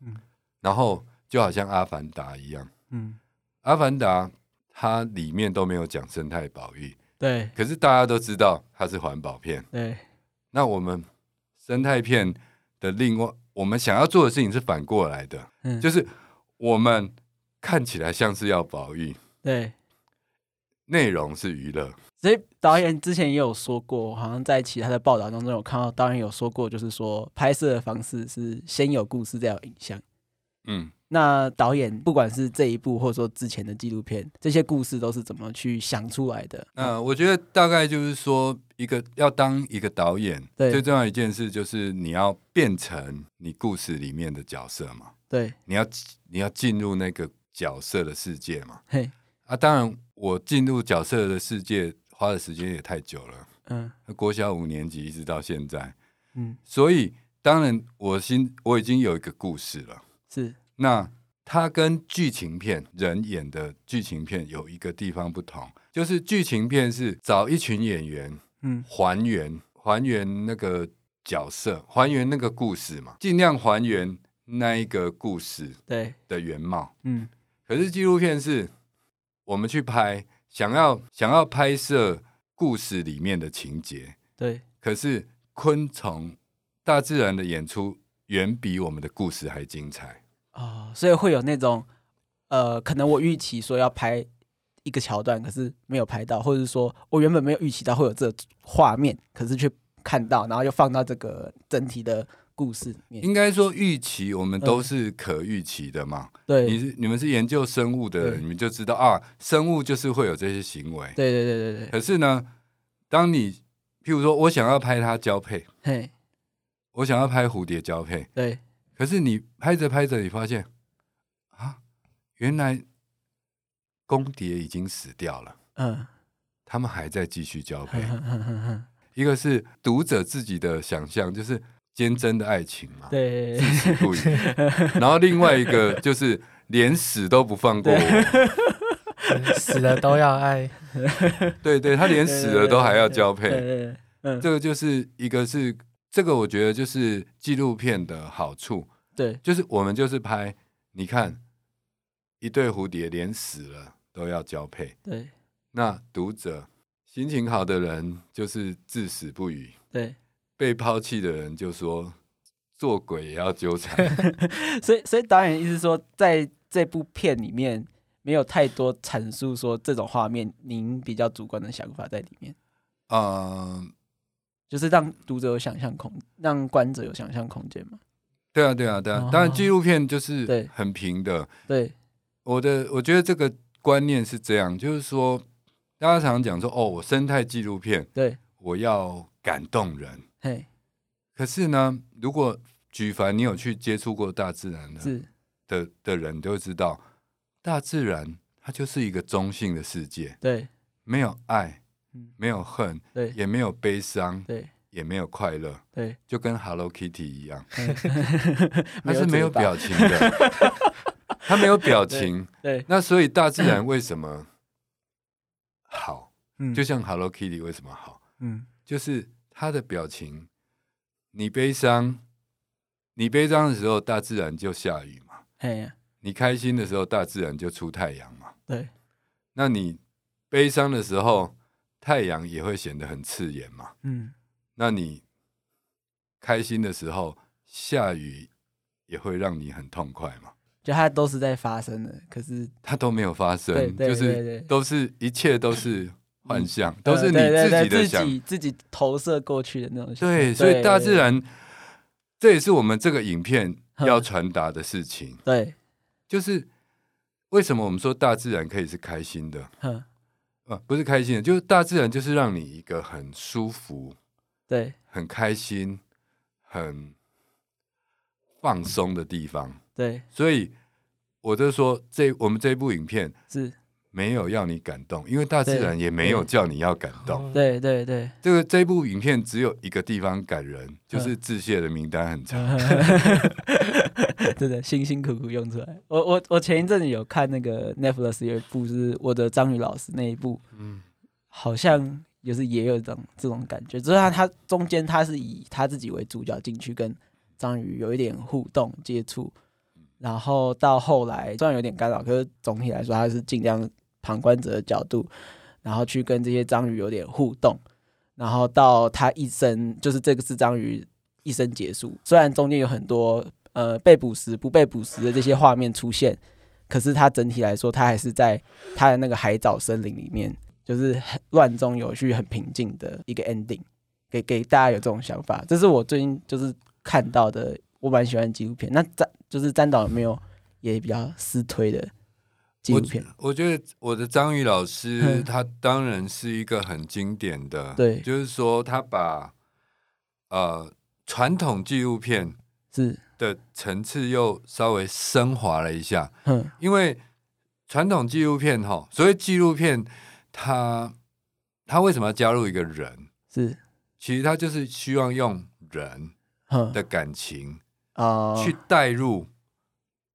[SPEAKER 3] 嗯
[SPEAKER 4] 然后就好像《阿凡达》一样，《
[SPEAKER 3] 嗯，
[SPEAKER 4] 阿凡达》它里面都没有讲生态保育，
[SPEAKER 3] 对
[SPEAKER 4] 可是大家都知道它是环保片。
[SPEAKER 3] 对，
[SPEAKER 4] 那我们生态片的另外，我们想要做的事情是反过来的，
[SPEAKER 3] 嗯，
[SPEAKER 4] 就是我们看起来像是要保育，
[SPEAKER 3] 对。
[SPEAKER 4] 内容是娱乐。
[SPEAKER 3] 所以导演之前也有说过，好像在其他的报道当中有看到，导演有说过，就是说拍摄的方式是先有故事再有影像。
[SPEAKER 4] 嗯，
[SPEAKER 3] 那导演不管是这一部，或者说之前的纪录片，这些故事都是怎么去想出来的？
[SPEAKER 4] 那我觉得大概就是说，一个要当一个导演，
[SPEAKER 3] 对
[SPEAKER 4] 最重要一件事就是你要变成你故事里面的角色嘛，
[SPEAKER 3] 对，
[SPEAKER 4] 你要你要进入那个角色的世界嘛。
[SPEAKER 3] 嘿，
[SPEAKER 4] 啊，当然我进入角色的世界花的时间也太久了，
[SPEAKER 3] 嗯
[SPEAKER 4] 国小五年级一直到现在，
[SPEAKER 3] 嗯，
[SPEAKER 4] 所以当然我心我已经有一个故事了。
[SPEAKER 3] 是，
[SPEAKER 4] 那它跟剧情片人演的剧情片有一个地方不同，就是剧情片是找一群演员
[SPEAKER 3] 嗯
[SPEAKER 4] 还原还原那个角色，还原那个故事嘛，尽量还原那一个故事
[SPEAKER 3] 对，
[SPEAKER 4] 的原貌。
[SPEAKER 3] 嗯
[SPEAKER 4] 可是纪录片是我们去拍，想要想要拍摄故事里面的情节，
[SPEAKER 3] 对，
[SPEAKER 4] 可是昆虫大自然的演出远比我们的故事还精彩。
[SPEAKER 3] 哦，所以会有那种，呃，可能我预期说要拍一个桥段，可是没有拍到，或者是说我原本没有预期到会有这画面，可是却看到，然后又放到这个整体的故事里面。
[SPEAKER 4] 应该说预期我们都是可预期的嘛。你
[SPEAKER 3] 嗯对，
[SPEAKER 4] 是你们是研究生物的
[SPEAKER 3] 对
[SPEAKER 4] 人，你们就知道啊，生物就是会有这些行为。
[SPEAKER 3] 对对对对对，
[SPEAKER 4] 可是呢，当你譬如说我想要拍它交配，
[SPEAKER 3] 嘿，
[SPEAKER 4] 我想要拍蝴蝶交配，
[SPEAKER 3] 对
[SPEAKER 4] 可是你拍着拍着，你发现啊，原来公蝶已经死掉了，
[SPEAKER 3] 嗯，
[SPEAKER 4] 它们还在继续交配
[SPEAKER 3] 哼。哼哼哼哼
[SPEAKER 4] 一个是读者自己的想象，就是坚贞的爱情嘛，
[SPEAKER 3] 对，
[SPEAKER 4] 死不渝。然后另外一个就是连死都不放过我，
[SPEAKER 2] 死了都要爱。
[SPEAKER 4] 对对，他连死了都还要交
[SPEAKER 3] 对对
[SPEAKER 4] 配。
[SPEAKER 3] 对，嗯，
[SPEAKER 4] 这个就是一个是这个，我觉得就是纪录片的好处，
[SPEAKER 3] 对
[SPEAKER 4] 就是我们就是拍，你看一对蝴蝶连死了都要交配，
[SPEAKER 3] 对
[SPEAKER 4] 那读者心情好的人就是至死不渝，
[SPEAKER 3] 对，
[SPEAKER 4] 被抛弃的人就说做鬼也要纠缠。
[SPEAKER 3] 所以所以导演意思说，在这部片里面没有太多阐述说这种画面，您比较主观的想法在里面，
[SPEAKER 4] 嗯，
[SPEAKER 3] 就是让读者有想象空，让观者有想象空间嘛。
[SPEAKER 4] 对啊，对啊，对啊
[SPEAKER 3] 哦。
[SPEAKER 4] 当然，纪录片就
[SPEAKER 3] 对
[SPEAKER 4] 是很平的。
[SPEAKER 3] 对
[SPEAKER 4] 我的我觉得这个观念是这样，就是说，大家常常讲说，哦，我生态纪录片，
[SPEAKER 3] 对，
[SPEAKER 4] 我要感动人。
[SPEAKER 3] 嘿，
[SPEAKER 4] 可是呢，如果举凡你有去接触过大自然的
[SPEAKER 3] 是，
[SPEAKER 4] 的的人，你都会知道，大自然它就是一个中性的世界，
[SPEAKER 3] 对
[SPEAKER 4] 没有爱
[SPEAKER 3] 嗯，
[SPEAKER 4] 没有恨，
[SPEAKER 3] 对
[SPEAKER 4] 也没有悲伤，
[SPEAKER 3] 对
[SPEAKER 4] 也没有快乐， [LAUGHS]
[SPEAKER 3] 对，
[SPEAKER 4] 就跟 Hello Kitty 一样，它
[SPEAKER 3] 它
[SPEAKER 4] 嗯是没有表情的，它没有表情。
[SPEAKER 3] 对，
[SPEAKER 4] 那所以大自然为什么好？
[SPEAKER 3] 嗯
[SPEAKER 4] 就像 Hello Kitty 为什么好？
[SPEAKER 3] 嗯
[SPEAKER 4] 就是它的表情，你悲伤，你悲伤的时候，大自然就下雨嘛；
[SPEAKER 3] 嘿，
[SPEAKER 4] 你开心的时候，大自然就出太阳嘛。
[SPEAKER 3] 对
[SPEAKER 4] 那你悲伤的时候，太阳也会显得很刺眼嘛。
[SPEAKER 3] 嗯
[SPEAKER 4] 那你开心的时候，下雨也会让你很痛快嘛。
[SPEAKER 3] 就它都是在发生的，可是
[SPEAKER 4] 它都没有发生，
[SPEAKER 3] 对对对
[SPEAKER 4] 就
[SPEAKER 3] 对
[SPEAKER 4] 是都是一切都是幻象，都
[SPEAKER 3] 呃
[SPEAKER 4] 是你
[SPEAKER 3] 对对
[SPEAKER 4] 自
[SPEAKER 3] 对
[SPEAKER 4] 己的
[SPEAKER 3] 自
[SPEAKER 4] 想。
[SPEAKER 3] 己自己投射过去的那种想法。
[SPEAKER 4] 对，所以大自然，这也是我们这个影片要传达的事情，
[SPEAKER 3] 对，
[SPEAKER 4] 就是为什么我们说大自然可以是开心的，
[SPEAKER 3] 哼，
[SPEAKER 4] 呃，不是开心的，就是大自然就是让你一个很舒服、
[SPEAKER 3] 对
[SPEAKER 4] 很开心、很放松的地方。
[SPEAKER 3] 对
[SPEAKER 4] 所以我就说，这我们这部影片
[SPEAKER 3] 是，
[SPEAKER 4] 没有要你感动，因为大自
[SPEAKER 3] 对
[SPEAKER 4] 然也没有叫你要感动。
[SPEAKER 2] 哦
[SPEAKER 3] 对
[SPEAKER 4] [LAUGHS]
[SPEAKER 3] 对对，
[SPEAKER 4] 这个这部影片只有一个地方感人，
[SPEAKER 3] 嗯
[SPEAKER 4] 就是致谢的名单很长。
[SPEAKER 3] 真的辛辛苦苦用出来。我我我前一阵子有看那个 Netflix 有一部是我的章鱼老师那一部，
[SPEAKER 4] 嗯，
[SPEAKER 3] 好像就是也有这种这种感觉，只是他他中间他是以他自己为主角进去跟章鱼有一点互动接触，然后到后来虽然有点干扰，可是总体来说他是尽量旁观者的角度，然后去跟这些章鱼有点互动，然后到他一生就是这个是章鱼一生结束，虽然中间有很多呃被捕食不被捕食的这些画面出现，可是他整体来说他还是在他的那个海藻森林里面。就是很乱中有序、很平静的一个 ending，给给大家有这种想法。这是我最近就是看到的，我蛮喜欢的纪录片。那詹就是詹导有没有也比较私推的纪录片？
[SPEAKER 4] 我觉得我的张宇老师
[SPEAKER 3] 嗯
[SPEAKER 4] 他当然是一个很经典的，
[SPEAKER 3] 对
[SPEAKER 4] 就是说他把呃传统纪录片
[SPEAKER 3] 是，
[SPEAKER 4] 的层次又稍微升华了一下，
[SPEAKER 3] 嗯，
[SPEAKER 4] 因为传统纪录片哈，所谓纪录片，它它为什么要加入一个人？
[SPEAKER 3] 是，
[SPEAKER 4] 其实它就是希望用人
[SPEAKER 3] 嗯，
[SPEAKER 4] 的感情
[SPEAKER 3] 啊、
[SPEAKER 4] 去带入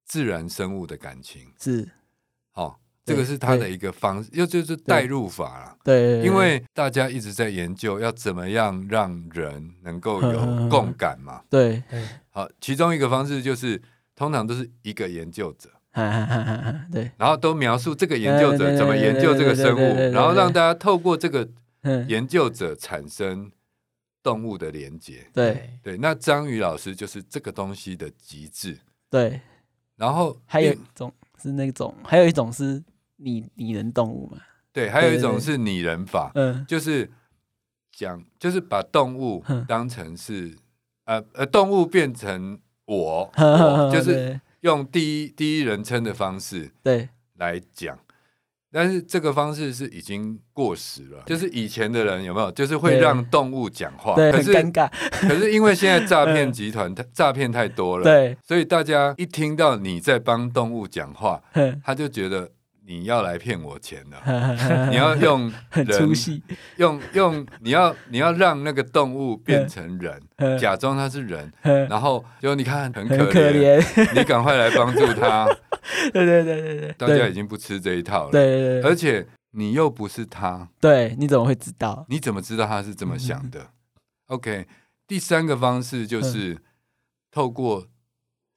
[SPEAKER 4] 自然生物的感情，
[SPEAKER 3] 是，
[SPEAKER 4] 哦，这
[SPEAKER 3] 对
[SPEAKER 4] 个是它的一个方式，又就是带入法啦。
[SPEAKER 3] 对，
[SPEAKER 4] 因为大家一直在研究要怎么样让人能够有
[SPEAKER 3] [LAUGHS] 嗯
[SPEAKER 4] 共感嘛。
[SPEAKER 3] 对，
[SPEAKER 4] 好，其中一个方式就是，通常都是一个研究者，
[SPEAKER 3] 哈哈哈哈哈，对，
[SPEAKER 4] 然后都描述这个研究者怎么研究这个生
[SPEAKER 3] 对对对对对对
[SPEAKER 4] 物，
[SPEAKER 3] 对
[SPEAKER 4] 然后让大家透过这个
[SPEAKER 3] 嗯，
[SPEAKER 4] 研究者产生动物的连接。
[SPEAKER 3] 对，
[SPEAKER 4] 对，那章鱼老师就是这个东西的极致。
[SPEAKER 3] 对，
[SPEAKER 4] 然后
[SPEAKER 3] 还有一
[SPEAKER 4] 另
[SPEAKER 3] 种是那种，还有一种是拟拟人动物嘛，
[SPEAKER 4] 对，还有一
[SPEAKER 3] 对对
[SPEAKER 4] 种
[SPEAKER 3] 对
[SPEAKER 4] 是拟人法，
[SPEAKER 3] 嗯，
[SPEAKER 4] 就是讲就是把动物
[SPEAKER 3] 嗯
[SPEAKER 4] 当成是呃呃动物变成我，
[SPEAKER 3] [LAUGHS] 呵呵
[SPEAKER 4] 我
[SPEAKER 3] 呵
[SPEAKER 4] 就是用第一第一人称的方式
[SPEAKER 3] 哦对
[SPEAKER 4] 来讲。但是这个方式是已经过时了，就是以前的人有没有，就是会
[SPEAKER 3] 对
[SPEAKER 4] 让动物讲话，
[SPEAKER 3] 对，
[SPEAKER 4] 可
[SPEAKER 3] 很
[SPEAKER 4] 是
[SPEAKER 3] 尴尬，
[SPEAKER 4] 可是因为现在诈骗集团它诈骗太多了，
[SPEAKER 3] [LAUGHS] 对，
[SPEAKER 4] 所以大家一听到你在帮动物讲话，
[SPEAKER 3] 哼
[SPEAKER 4] 他就觉得你要来骗我钱了，
[SPEAKER 3] 哈哈 [LAUGHS] 哈哈
[SPEAKER 4] 你要用
[SPEAKER 3] 很
[SPEAKER 4] 人
[SPEAKER 3] 出戏，
[SPEAKER 4] 用用你要你要让那个动物变成人，
[SPEAKER 3] 嗯
[SPEAKER 4] 假装它是人，
[SPEAKER 3] 嗯
[SPEAKER 4] 然后就你看很可
[SPEAKER 3] 很可
[SPEAKER 4] 怜，[LAUGHS]
[SPEAKER 3] 怜，
[SPEAKER 4] 你赶快来帮助它。
[SPEAKER 3] 对对对对 [LAUGHS] 对，
[SPEAKER 4] 大家
[SPEAKER 3] 对
[SPEAKER 4] 已经不吃这一套了，
[SPEAKER 3] 对对
[SPEAKER 4] 而
[SPEAKER 3] 对，
[SPEAKER 4] 且你又不是他，
[SPEAKER 3] 对，你怎么会知道？
[SPEAKER 4] 你怎么知道他是这么想
[SPEAKER 3] 嗯
[SPEAKER 4] 的、o k 第三个方式就是透过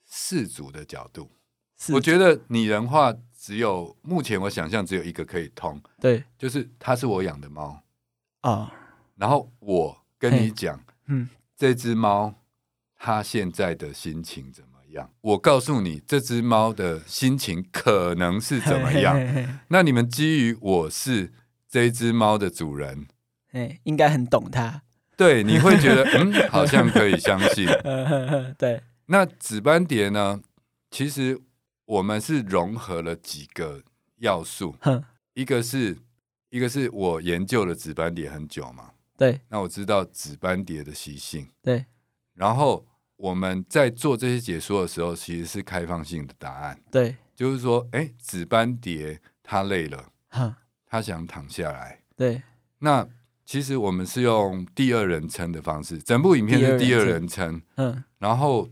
[SPEAKER 4] 事主的角度，
[SPEAKER 3] 是，
[SPEAKER 4] 我觉得拟人化只有目前我想象只有一个可以通，
[SPEAKER 3] 对
[SPEAKER 4] 就是它是我养的猫，
[SPEAKER 3] 啊，
[SPEAKER 4] 然后我跟你
[SPEAKER 3] 嘿
[SPEAKER 4] 讲，
[SPEAKER 3] 嗯，
[SPEAKER 4] 这只猫它现在的心情怎么样？我告诉你，这只猫的心情可能是怎么样。
[SPEAKER 3] 嘿？嘿嘿
[SPEAKER 4] [LAUGHS] 那你们基于我是这只猫的主人，
[SPEAKER 3] 嘿嘿应该很懂他，
[SPEAKER 4] 对，你会
[SPEAKER 3] [LAUGHS]
[SPEAKER 4] 觉得嗯，好像可以相信。
[SPEAKER 3] 呵呵呵嗯对，
[SPEAKER 4] 那紫斑蝶呢？其实我们是融合了几个要素，
[SPEAKER 3] 哼，
[SPEAKER 4] 一个是一个是我研究了紫斑蝶很久嘛，
[SPEAKER 3] 对
[SPEAKER 4] 那我知道紫斑蝶的习性，
[SPEAKER 3] 对，
[SPEAKER 4] 然后我们在做这些解说的时候，其实是开放性的答案，
[SPEAKER 3] 对，
[SPEAKER 4] 就是说，哎，紫斑蝶它累了，
[SPEAKER 3] 哼，
[SPEAKER 4] 它想躺下来。
[SPEAKER 3] 对
[SPEAKER 4] 那其实我们是用第二人称的方式，整部影片是第
[SPEAKER 3] 第二
[SPEAKER 4] 二
[SPEAKER 3] 人
[SPEAKER 4] 人
[SPEAKER 3] 称
[SPEAKER 4] 称，
[SPEAKER 3] 嗯，
[SPEAKER 4] 然后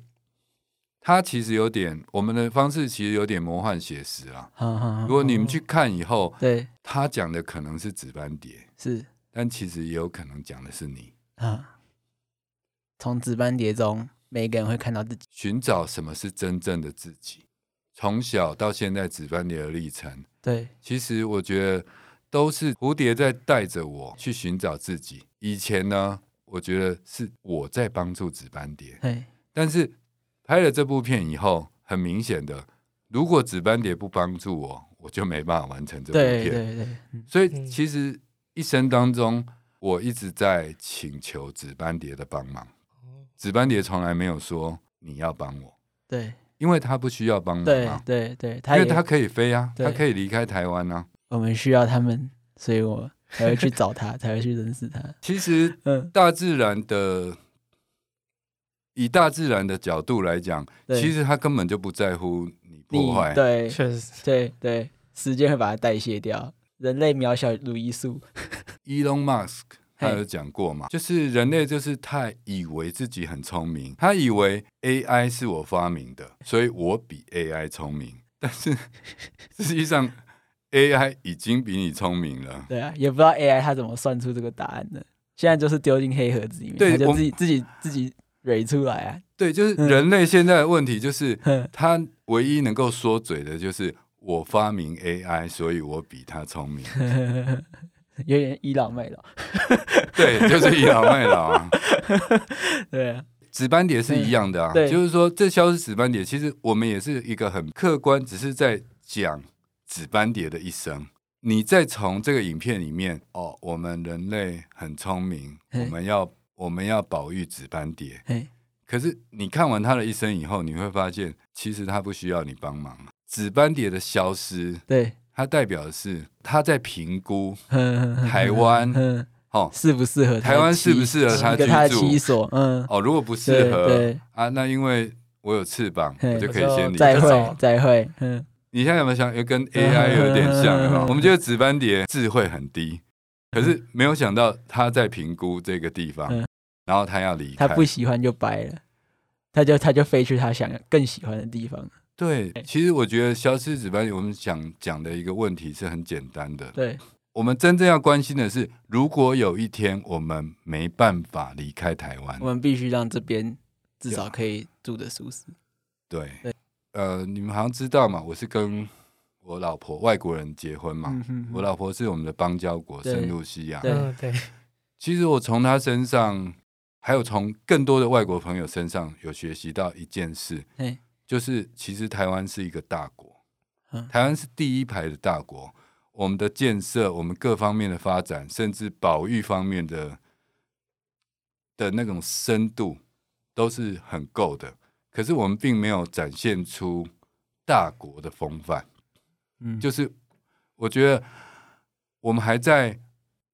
[SPEAKER 4] 它其实有点我们的方式其实有点魔幻写实啊。
[SPEAKER 3] 好好
[SPEAKER 4] 如
[SPEAKER 3] 好，
[SPEAKER 4] 果你们去看以后，
[SPEAKER 3] 对，
[SPEAKER 4] 他讲的可能是紫斑蝶，
[SPEAKER 3] 是
[SPEAKER 4] 但其实也有可能讲的是你。
[SPEAKER 3] 啊，从值班碟中，每个人会看到自己，
[SPEAKER 4] 寻找什么是真正的自己，从小到现在紫斑蝶的历程，
[SPEAKER 3] 对
[SPEAKER 4] 其实我觉得都是蝴蝶在带着我去寻找自己。以前呢，我觉得是我在帮助紫斑蝶，
[SPEAKER 3] 对
[SPEAKER 4] 但是拍了这部片以后，很明显的，如果紫斑蝶不帮助我，我就没办法完成这部
[SPEAKER 3] 对
[SPEAKER 4] 片。
[SPEAKER 3] 对对，嗯
[SPEAKER 4] 所以
[SPEAKER 2] 嗯
[SPEAKER 4] 其实一生当中，我一直在请求紫斑蝶的帮忙。
[SPEAKER 3] 哦
[SPEAKER 4] 紫斑蝶从来没有说你要帮我，
[SPEAKER 3] 对
[SPEAKER 4] 因为它不需要帮忙
[SPEAKER 3] 对
[SPEAKER 4] 啊，
[SPEAKER 3] 对对，
[SPEAKER 4] 因
[SPEAKER 3] 他
[SPEAKER 4] 为
[SPEAKER 3] 也
[SPEAKER 4] 它可以飞啊，
[SPEAKER 3] 对
[SPEAKER 4] 它可以离开台湾啊。
[SPEAKER 3] 我们需要他们，所以我才会去找他，才会去认识他，
[SPEAKER 4] 其实
[SPEAKER 3] 嗯，
[SPEAKER 4] 大自然的，以大自然的角度来讲，
[SPEAKER 3] 对
[SPEAKER 4] 其实它根本就不在乎你
[SPEAKER 3] 你
[SPEAKER 4] 破坏。
[SPEAKER 3] 对
[SPEAKER 2] 确实，
[SPEAKER 3] 对对，时间会把它代谢掉。人类渺小如一粟，
[SPEAKER 4] Elon Musk 他
[SPEAKER 3] 嘿
[SPEAKER 4] 有讲过嘛，就是人类就是太以为自己很聪明，他以为 AI 是
[SPEAKER 3] [LAUGHS]
[SPEAKER 4] 我发明的，所以我比 AI 聪明。但是实际上 AI 已经比你聪明了。
[SPEAKER 3] 对啊，也不知道 AI 它怎么算出这个答案的。现在就是丢进黑盒子里面，
[SPEAKER 4] 对
[SPEAKER 3] 它就
[SPEAKER 4] 我
[SPEAKER 3] 自己自己自己蕊出来啊。
[SPEAKER 4] 对，就是
[SPEAKER 3] 嗯
[SPEAKER 4] 人类现在的问题就是，
[SPEAKER 3] 哼
[SPEAKER 4] 他唯一能够说嘴的就是我发明 AI，所以我比他聪明。 [LAUGHS]
[SPEAKER 3] 有点倚老卖老，
[SPEAKER 4] 对，就是倚老卖老啊。 [LAUGHS]
[SPEAKER 3] 对啊，
[SPEAKER 4] 紫斑蝶是一样的啊，
[SPEAKER 3] 对对
[SPEAKER 4] 就是说这消失紫斑蝶，其实我们也是一个很客观，只是在讲紫斑蝶的一生。你再从这个影片里面，哦，我们人类很聪明，
[SPEAKER 3] 嘿
[SPEAKER 4] 我们要我们要保育紫斑蝶。
[SPEAKER 3] 嘿，
[SPEAKER 4] 可是你看完他的一生以后，你会发现，其实他不需要你帮忙。紫斑蝶的消失，
[SPEAKER 3] 对，
[SPEAKER 4] 它代表的是他在评估
[SPEAKER 3] 哼哼哼
[SPEAKER 4] 台湾
[SPEAKER 3] 哼，
[SPEAKER 4] 哦
[SPEAKER 3] 适不适合
[SPEAKER 4] 台湾适不适合
[SPEAKER 3] 他
[SPEAKER 4] 他
[SPEAKER 3] 跟他的
[SPEAKER 4] 居
[SPEAKER 3] 妻
[SPEAKER 4] 住
[SPEAKER 3] 所，嗯，
[SPEAKER 4] 哦，如果不适
[SPEAKER 3] 对
[SPEAKER 4] 合
[SPEAKER 3] 对，
[SPEAKER 4] 啊，那因为我有翅膀，
[SPEAKER 3] 嘿
[SPEAKER 4] 我就可以
[SPEAKER 2] 我就
[SPEAKER 4] 先离开
[SPEAKER 3] 再
[SPEAKER 2] 这
[SPEAKER 3] 会
[SPEAKER 2] 种
[SPEAKER 3] 再会，嗯，
[SPEAKER 4] 你现在有没有想，也跟 AI 有点像，有没有
[SPEAKER 3] 嗯
[SPEAKER 4] 我们觉得紫斑蝶智慧很低，可是没有想到他在评估这个地方
[SPEAKER 3] 嗯，
[SPEAKER 4] 然后他要离开
[SPEAKER 3] 他。不喜欢就掰了，他就他就飞去他想更喜欢的地方，
[SPEAKER 4] 对，其实我觉得消失紫斑蝶，我们想讲的一个问题是很简单的，
[SPEAKER 3] 对，
[SPEAKER 4] 我们真正要关心的是，如果有一天我们没办法离开台湾
[SPEAKER 3] 我，们必须让这边至
[SPEAKER 4] 啊
[SPEAKER 3] 少可以住的舒适，
[SPEAKER 4] 对
[SPEAKER 3] 对，
[SPEAKER 4] 呃，你们好像知道嘛，我是跟我老婆外国人结婚嘛，
[SPEAKER 3] 嗯哼
[SPEAKER 4] 我老婆是我们的邦交国
[SPEAKER 3] 对
[SPEAKER 4] 圣露西亚，
[SPEAKER 3] 对
[SPEAKER 2] 嗯对，
[SPEAKER 4] 其实我从他身上，还有从更多的外国朋友身上，有学习到一件事
[SPEAKER 3] 嘿，
[SPEAKER 4] 就是其实台湾是一个大国
[SPEAKER 3] 嗯，
[SPEAKER 4] 台湾是第一排的大国。我们的建设，我们各方面的发展，甚至保育方面的的那种深度，都是很够的。可是我们并没有展现出大国的风范。
[SPEAKER 3] 嗯，
[SPEAKER 4] 就是我觉得我们还在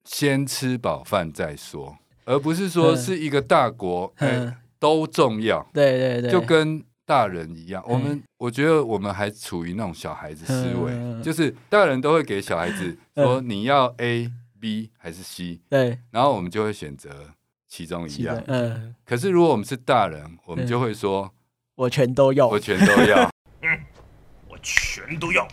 [SPEAKER 4] 先吃饱饭再说，而不是说
[SPEAKER 3] 嗯
[SPEAKER 4] 是一个大国，哎、
[SPEAKER 3] 嗯，
[SPEAKER 4] 都重要，
[SPEAKER 3] 对对对，
[SPEAKER 4] 就跟大人一样。
[SPEAKER 3] 嗯
[SPEAKER 4] 我们我觉得我们还处于那种小孩子思维，
[SPEAKER 3] 嗯
[SPEAKER 4] 就是大人都会给小孩子
[SPEAKER 3] 嗯
[SPEAKER 4] 说你要 A、B 还是 C，
[SPEAKER 3] 对，
[SPEAKER 4] 然后我们就会选择其中一
[SPEAKER 3] 其中
[SPEAKER 4] 样。
[SPEAKER 3] 嗯，
[SPEAKER 4] 可是如果我们是大人，我们
[SPEAKER 3] 嗯
[SPEAKER 4] 就会说
[SPEAKER 3] 我全都要
[SPEAKER 4] 我，全都要。
[SPEAKER 3] [LAUGHS]
[SPEAKER 5] 我全都要。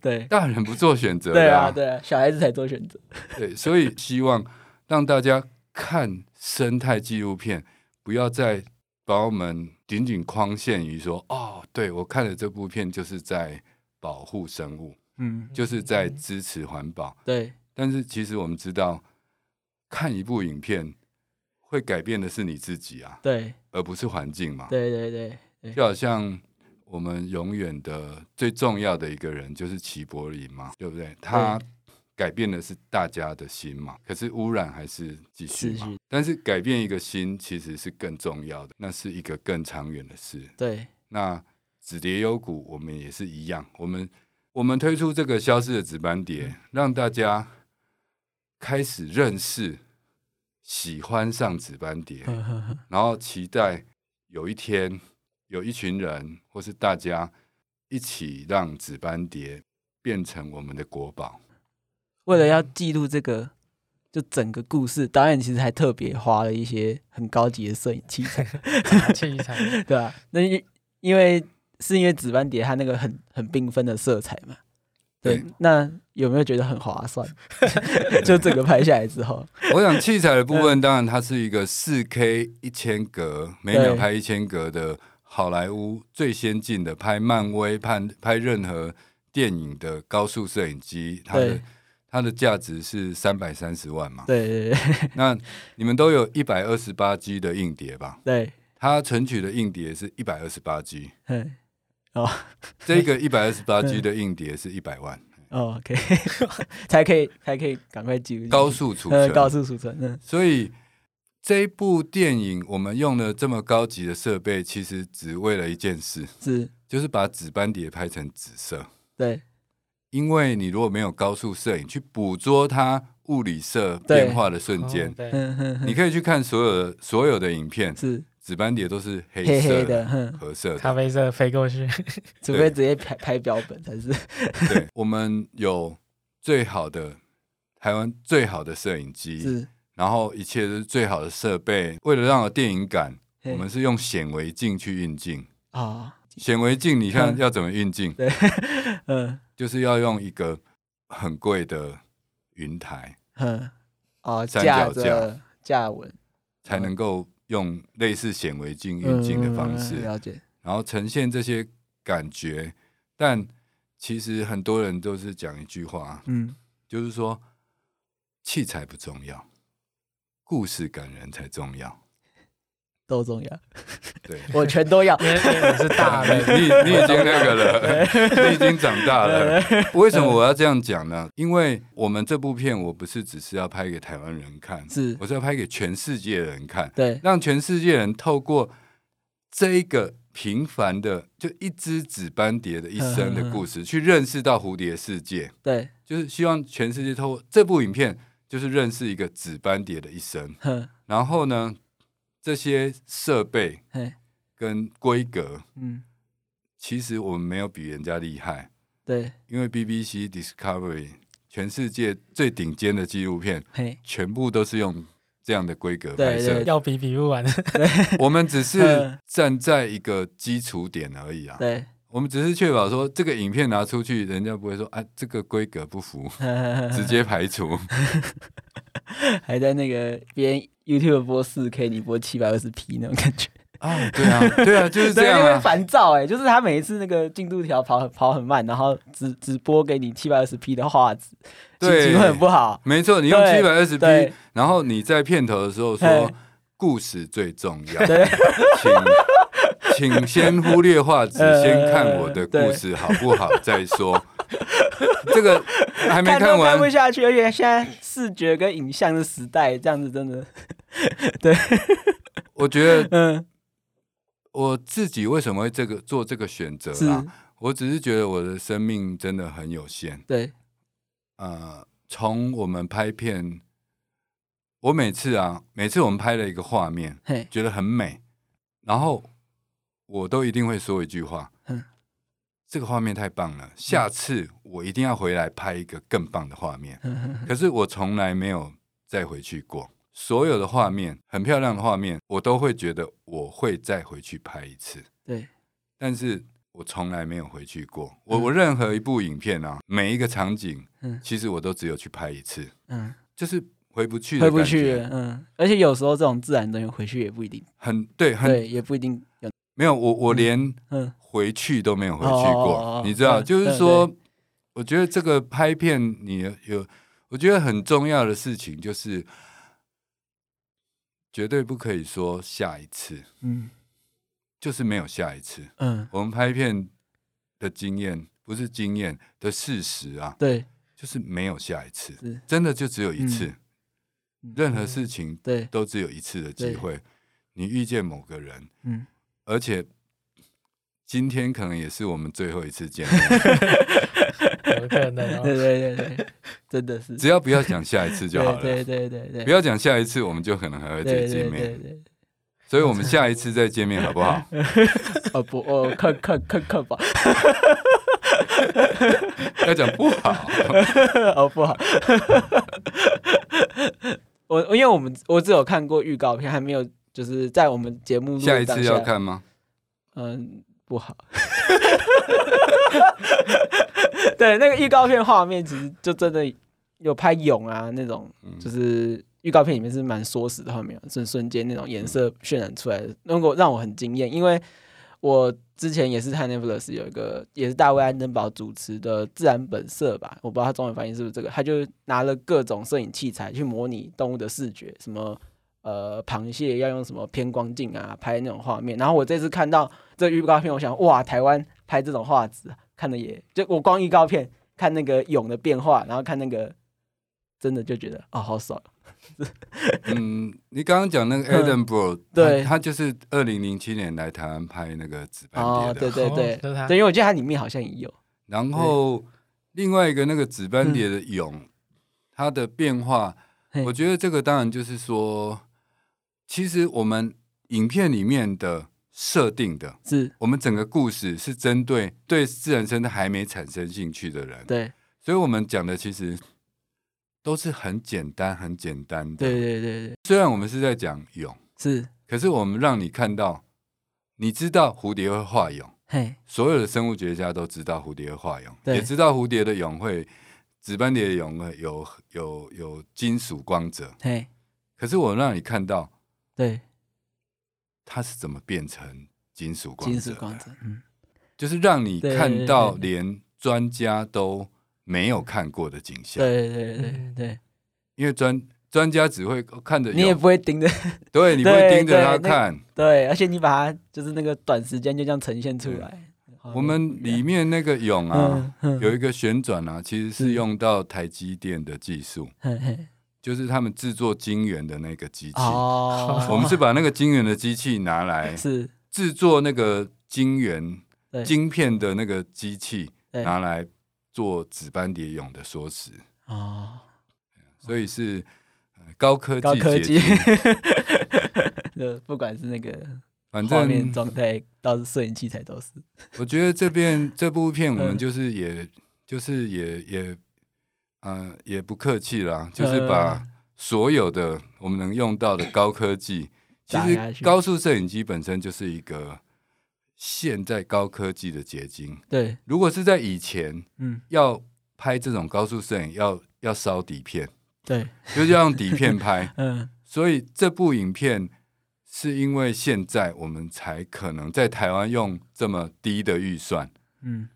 [SPEAKER 3] 对。
[SPEAKER 4] 大人不做选择的、
[SPEAKER 3] 对啊，对啊，小孩子才做选择。
[SPEAKER 4] 对，所以希望让大家看生态纪录片，不要再把我们仅仅框限于说，哦，对我看了这部片就是在保护生物，
[SPEAKER 3] 嗯，
[SPEAKER 4] 就是在支持环保。
[SPEAKER 3] 对，
[SPEAKER 4] 但是其实我们知道，看一部影片会改变的是你自己啊，
[SPEAKER 3] 对，
[SPEAKER 4] 而不是环境嘛。
[SPEAKER 3] 对，对，对，
[SPEAKER 4] 就好像我们永远的最重要的一个人就是齐柏林嘛，对不对？他改变的是大家的心嘛，可是污染还是继续
[SPEAKER 3] 持
[SPEAKER 4] 嘛
[SPEAKER 3] 续。
[SPEAKER 4] 但是改变一个心其实是更重要的，那是一个更长远的事。 [LAUGHS]
[SPEAKER 3] 对，
[SPEAKER 4] 那紫蝶幽谷我们也是一样，我们我们推出这个消失的紫斑蝶，让大家开始认识、喜欢上紫斑蝶。
[SPEAKER 3] 呵呵呵
[SPEAKER 4] 然后期待有一天有一群人或是大家一起让紫斑蝶变成我们的国宝。
[SPEAKER 3] 为了要记录这个，就整个故事，导演其实还特别花了一些很高级的摄影器
[SPEAKER 4] [LAUGHS]
[SPEAKER 3] 材，
[SPEAKER 2] 器材
[SPEAKER 3] 对啊，那因因为是因为紫斑蝶它那个很很缤纷的色彩嘛，对，
[SPEAKER 4] 对
[SPEAKER 3] 那有没有觉得很划算？ [LAUGHS] 就整个拍下来
[SPEAKER 4] [LAUGHS]
[SPEAKER 3] 之后，
[SPEAKER 4] 我想器材的部
[SPEAKER 3] 嗯
[SPEAKER 4] 分，当然它是一个四 K 一千格每秒
[SPEAKER 3] 对
[SPEAKER 4] 拍一千格的好莱坞最先进的拍漫威、拍拍任何电影的高速摄影机，它的
[SPEAKER 3] 对。
[SPEAKER 4] 它的价值是三百三十万嘛？
[SPEAKER 3] 对对对
[SPEAKER 4] 那你们都有一百二十八 G 的硬碟吧？
[SPEAKER 3] 对， [LAUGHS]
[SPEAKER 4] 它存取的硬碟是一百二十八 G。
[SPEAKER 3] 嗯，哦
[SPEAKER 4] 这个一百二十八
[SPEAKER 3] [LAUGHS]
[SPEAKER 4] G 的硬碟是一百万，
[SPEAKER 3] 哦，OK，才可以才可以赶快记录进去
[SPEAKER 4] 高速储
[SPEAKER 3] 呃高
[SPEAKER 4] 存。
[SPEAKER 3] 速储存，嗯，
[SPEAKER 4] 所以这部电影我们用了这么高级的设备，其实只为了一件事，
[SPEAKER 3] 是，
[SPEAKER 4] 就是把紫斑蝶拍成紫色。
[SPEAKER 3] 对
[SPEAKER 4] 因为你如果没有高速摄影去捕捉它物理色
[SPEAKER 3] 对
[SPEAKER 4] 变化的瞬间
[SPEAKER 2] 哦，对，
[SPEAKER 3] 嗯哼哼，
[SPEAKER 4] 你可以去看所有的所有的影片，
[SPEAKER 3] 是
[SPEAKER 4] 紫斑蝶都是黑
[SPEAKER 3] 黑黑
[SPEAKER 4] 色
[SPEAKER 3] 的，哼。
[SPEAKER 4] 褐色的。
[SPEAKER 2] 咖啡色飞过
[SPEAKER 3] [LAUGHS]
[SPEAKER 2] 去，
[SPEAKER 3] 除
[SPEAKER 4] 对
[SPEAKER 3] 非直接拍拍标本才是。
[SPEAKER 4] 对，我们有最好的台湾最好的摄影机，
[SPEAKER 3] 是，
[SPEAKER 4] 然后一切都是最好的设备。为了让有电影感，
[SPEAKER 3] 嘿
[SPEAKER 4] 我们是用显微镜去运镜，
[SPEAKER 3] 啊，
[SPEAKER 4] 显微镜，你看要怎么运镜？
[SPEAKER 3] 嗯
[SPEAKER 4] 就是要用一个很贵的云台，
[SPEAKER 3] 嗯，哦，
[SPEAKER 4] 三
[SPEAKER 3] 架
[SPEAKER 4] 角
[SPEAKER 3] 着架稳
[SPEAKER 4] 才能够用类似显微镜运镜的方式
[SPEAKER 3] 嗯，了解。
[SPEAKER 4] 然后呈现这些感觉。但其实很多人都是讲一句话，
[SPEAKER 3] 嗯，
[SPEAKER 4] 就是说器材不重要，故事感人才重要。
[SPEAKER 3] 都重要，
[SPEAKER 4] 对，
[SPEAKER 3] 我全都
[SPEAKER 4] [LAUGHS]
[SPEAKER 3] 要。
[SPEAKER 2] 因为因为你是大
[SPEAKER 4] 你
[SPEAKER 2] 人，
[SPEAKER 4] [LAUGHS] 你你已经那个 [LAUGHS] 了，你已经长大了。为什么我要这样讲呢？因为我们这部片，我不是只是要拍给台湾人看，
[SPEAKER 3] [LAUGHS] 是
[SPEAKER 4] 我是要拍给全世界人看，
[SPEAKER 3] 对，
[SPEAKER 4] 让全世界人透过这一个平凡的，就一只紫斑蝶的一生的故
[SPEAKER 3] 嗯
[SPEAKER 4] 事，去认识到蝴蝶世界。
[SPEAKER 3] 对，
[SPEAKER 4] 就是希望全世界透过这部影片，就是认识一个紫斑蝶的一生。
[SPEAKER 3] 哼，
[SPEAKER 4] 然后呢，这些设备
[SPEAKER 3] 嘿，
[SPEAKER 4] 跟规格，
[SPEAKER 3] 嗯，
[SPEAKER 4] 其实我们没有比人家厉害，
[SPEAKER 3] 对，
[SPEAKER 4] 因为 BBC Discovery 全世界最顶尖的纪录片，
[SPEAKER 3] 嘿，
[SPEAKER 4] 全部都是用这样的规格拍
[SPEAKER 3] 对
[SPEAKER 4] 摄。
[SPEAKER 2] 要比比不完。
[SPEAKER 4] 我们只是
[SPEAKER 3] 嗯
[SPEAKER 4] 站在一个基础点而已啊，
[SPEAKER 3] 对，
[SPEAKER 4] 我们只是确保说这个影片拿出去，人家不会说啊这个规格不
[SPEAKER 3] [LAUGHS]
[SPEAKER 4] 符，直接排除。
[SPEAKER 3] 还在那个别人 YouTube 播四 K，你播七百二十 P 那种感觉，
[SPEAKER 4] 啊，对啊，对啊，就是这
[SPEAKER 3] 对，
[SPEAKER 4] 样
[SPEAKER 3] 因为
[SPEAKER 4] 啊。
[SPEAKER 3] 烦躁哎、就是他每一次那个进度条跑很跑很慢，然后只只播给你七百二十 P 的画质，心
[SPEAKER 4] 对
[SPEAKER 3] 情会很不好。
[SPEAKER 4] 没错，你用七
[SPEAKER 3] 对
[SPEAKER 4] 百二十 P，
[SPEAKER 3] 对嗯
[SPEAKER 4] 然后你在片头的时候说
[SPEAKER 3] 嘿
[SPEAKER 4] 故事最重要，请请先忽略画质，先看我的故事好不好再说。 [LAUGHS] 这个还没
[SPEAKER 3] 嗯看
[SPEAKER 4] 看
[SPEAKER 3] 都
[SPEAKER 4] 完
[SPEAKER 3] 看不，下去，而且现在视觉跟影像的时代，这样子真的，
[SPEAKER 4] 我觉得
[SPEAKER 3] 嗯，
[SPEAKER 4] 我自己为什么会这个做这个选择
[SPEAKER 3] 是，
[SPEAKER 4] 啊？我只是觉得我的生命真的很有限。
[SPEAKER 3] 对，
[SPEAKER 4] 呃，从我们拍片，我每次啊，每次我们拍了一个画面，
[SPEAKER 3] 嘿，
[SPEAKER 4] 觉得很美，然后我都一定会说一句话：，
[SPEAKER 3] 嗯
[SPEAKER 4] 这个画面太棒了，下次我一定要回来拍一个更棒的画面。可是我从来没有再回去过，所有的画面很漂亮的画面，我都会觉得我会再回去拍一次，
[SPEAKER 3] 对，
[SPEAKER 4] 但是我从来没有回去过。我我任何一部影片啊，每一个场景
[SPEAKER 3] 嗯，
[SPEAKER 4] 其实我都只有去拍一次，
[SPEAKER 3] 嗯，
[SPEAKER 4] 就是回不去，
[SPEAKER 3] 回不去了，，嗯，而且有时候这种自然的东西回去也不一定，
[SPEAKER 4] 很对，很
[SPEAKER 3] 对，也不一定有，
[SPEAKER 4] 没有我我连。
[SPEAKER 3] 嗯，
[SPEAKER 4] 回去都没有回去过，
[SPEAKER 3] 哦哦哦
[SPEAKER 4] 你知道，
[SPEAKER 3] 嗯
[SPEAKER 4] 就是说，我觉得这个拍片你有，我觉得很重要的事情就是，绝对不可以说下一次，
[SPEAKER 3] 嗯
[SPEAKER 4] 就是没有下一次。
[SPEAKER 3] 嗯，
[SPEAKER 4] 我们拍片的经验不是经验的事实啊，
[SPEAKER 3] 对，
[SPEAKER 4] 就是没有下一次
[SPEAKER 3] 是，
[SPEAKER 4] 真的就只有一次，
[SPEAKER 3] 嗯
[SPEAKER 4] 任何事情
[SPEAKER 3] 对，
[SPEAKER 4] 都只有一次的机会。你遇见某个人，
[SPEAKER 3] 嗯，
[SPEAKER 4] 而且今天可能也是我们最后一次见面。
[SPEAKER 2] 有可能、
[SPEAKER 3] [LAUGHS] 对
[SPEAKER 2] 哦。
[SPEAKER 3] 对对对，真的
[SPEAKER 4] [LAUGHS]
[SPEAKER 3] 是，
[SPEAKER 4] 只要不要讲下一次啊就好了。
[SPEAKER 3] 对对对对
[SPEAKER 4] 不
[SPEAKER 3] 对，
[SPEAKER 4] 要讲下一次，我们就可能还会再
[SPEAKER 3] 对
[SPEAKER 4] 见
[SPEAKER 3] 对
[SPEAKER 4] 面。
[SPEAKER 3] 对对，
[SPEAKER 4] 所以我们下一次再见面好不好？
[SPEAKER 3] 哦不，哦看看看
[SPEAKER 4] [LAUGHS]
[SPEAKER 3] 看吧，
[SPEAKER 4] 要讲不
[SPEAKER 3] [LAUGHS]
[SPEAKER 4] 好，
[SPEAKER 3] 哦不好。 [LAUGHS] 我因为我们我只有看过预告片，还没有就是在我们节目录的
[SPEAKER 4] 下一
[SPEAKER 3] 当
[SPEAKER 4] 次要，看吗？
[SPEAKER 3] 嗯，不好。 [LAUGHS] 对，那个预告片画面其实就真的有拍涌啊那种，
[SPEAKER 4] 嗯
[SPEAKER 3] 就是预告片里面是蛮缩死的画面，瞬瞬间那种颜色渲染出来的，能够让我很惊艳，因为我之前也是看 Netflix 有一个也是大卫安登堡主持的《自然本色》吧，我不知道他中文翻译是不是这个，他就拿了各种摄影器材去模拟动物的视觉，什么呃螃蟹要用什么偏光镜啊拍那种画面，然后我这次看到这预告片，我想哇，台湾拍这种画质看的也就我光预告片看那个蛹的变化，然后看那个真的就觉得哦好爽，
[SPEAKER 4] 嗯，你刚刚讲那个 Adam Bro，
[SPEAKER 3] 嗯对
[SPEAKER 4] 他他就是二零零七年来台湾拍那个《紫斑蝶》的。
[SPEAKER 3] 哦对对
[SPEAKER 2] 哦
[SPEAKER 3] 对，
[SPEAKER 2] 就是他
[SPEAKER 3] 对，因为我记得它里面好像也有，
[SPEAKER 4] 然后另外一个那个《紫斑蝶》的蛹，它的变化，
[SPEAKER 3] 嗯嘿
[SPEAKER 4] 我觉得这个当然就是说，其实我们影片里面的设定的，
[SPEAKER 3] 是
[SPEAKER 4] 我们整个故事是针对对自然生态还没产生兴趣的人，
[SPEAKER 3] 对
[SPEAKER 4] 所以我们讲的其实都是很简单、很简单的。
[SPEAKER 3] 对对对对
[SPEAKER 4] 虽然我们是在讲蛹，
[SPEAKER 3] 是，
[SPEAKER 4] 可是我们让你看到，你知道蝴蝶会化蛹，
[SPEAKER 3] 嘿，
[SPEAKER 4] 所有的生物学家都知道蝴蝶会化蛹，
[SPEAKER 3] 对
[SPEAKER 4] 也知道蝴蝶的蛹会，紫斑蝶的蛹会有有有金属光泽。
[SPEAKER 3] 嘿，
[SPEAKER 4] 可是我让你看到
[SPEAKER 3] 对，
[SPEAKER 4] 它是怎么变成金属光
[SPEAKER 3] 金
[SPEAKER 4] 泽
[SPEAKER 3] 属
[SPEAKER 4] 的，
[SPEAKER 3] 光泽，嗯，
[SPEAKER 4] 就是让你
[SPEAKER 3] 对
[SPEAKER 4] 看到
[SPEAKER 3] 对对
[SPEAKER 4] 连专家都没有看过的景象。
[SPEAKER 3] 对对对对
[SPEAKER 2] 嗯
[SPEAKER 3] 对，
[SPEAKER 4] 因为专专家只会看着
[SPEAKER 3] 你也
[SPEAKER 4] 蛹
[SPEAKER 3] 不会盯着，
[SPEAKER 4] 对，你不会
[SPEAKER 3] 对
[SPEAKER 4] 盯着
[SPEAKER 3] 对
[SPEAKER 4] 它
[SPEAKER 3] 那
[SPEAKER 4] 看。
[SPEAKER 3] 对，而且你把它就是那个短时间就这样呈现出来。
[SPEAKER 4] 嗯我们里面那个蛹啊，
[SPEAKER 3] 嗯
[SPEAKER 4] 有一个旋转啊，其实是
[SPEAKER 3] 嗯
[SPEAKER 4] 用到台积电的技术，
[SPEAKER 3] 嘿嘿
[SPEAKER 4] 就是他们制作晶圆的那个机器。
[SPEAKER 3] 哦，
[SPEAKER 4] 我们是把那个晶圆的机器拿
[SPEAKER 3] [LAUGHS]
[SPEAKER 4] 来
[SPEAKER 3] 是
[SPEAKER 4] 制作那个晶圆
[SPEAKER 3] 对
[SPEAKER 4] 晶片的那个机器，
[SPEAKER 3] 对
[SPEAKER 4] 拿来做紫斑蝶蛹的缩食，
[SPEAKER 3] 哦，
[SPEAKER 4] 所以是呃高科
[SPEAKER 3] 高
[SPEAKER 4] 技
[SPEAKER 3] 科
[SPEAKER 4] 结
[SPEAKER 3] 技
[SPEAKER 4] 晶。，
[SPEAKER 3] [LAUGHS] 呃，不管是那个
[SPEAKER 4] 反
[SPEAKER 3] 画面
[SPEAKER 4] 正
[SPEAKER 3] 状态，到是摄影器材都是，
[SPEAKER 4] 我觉得这边这部片我们
[SPEAKER 3] 嗯
[SPEAKER 4] 就是也就是也也呃也不客气
[SPEAKER 3] 嗯
[SPEAKER 4] 啦，就是把所有的我们能用到的高科
[SPEAKER 3] [LAUGHS]
[SPEAKER 4] 技，其
[SPEAKER 3] 打下
[SPEAKER 4] 实
[SPEAKER 3] 去
[SPEAKER 4] 高速摄影机本身就是一个现在高科技的结晶。
[SPEAKER 3] 对，
[SPEAKER 4] 如果是在以前，
[SPEAKER 3] 嗯，
[SPEAKER 4] 要拍这种高速摄影要要烧底片， [LAUGHS]
[SPEAKER 3] 对，，
[SPEAKER 4] 就是要用底片拍
[SPEAKER 3] [LAUGHS] 嗯，
[SPEAKER 4] 所以这部影片是因为现在我们才可能在台湾用这么低的预算。
[SPEAKER 3] 嗯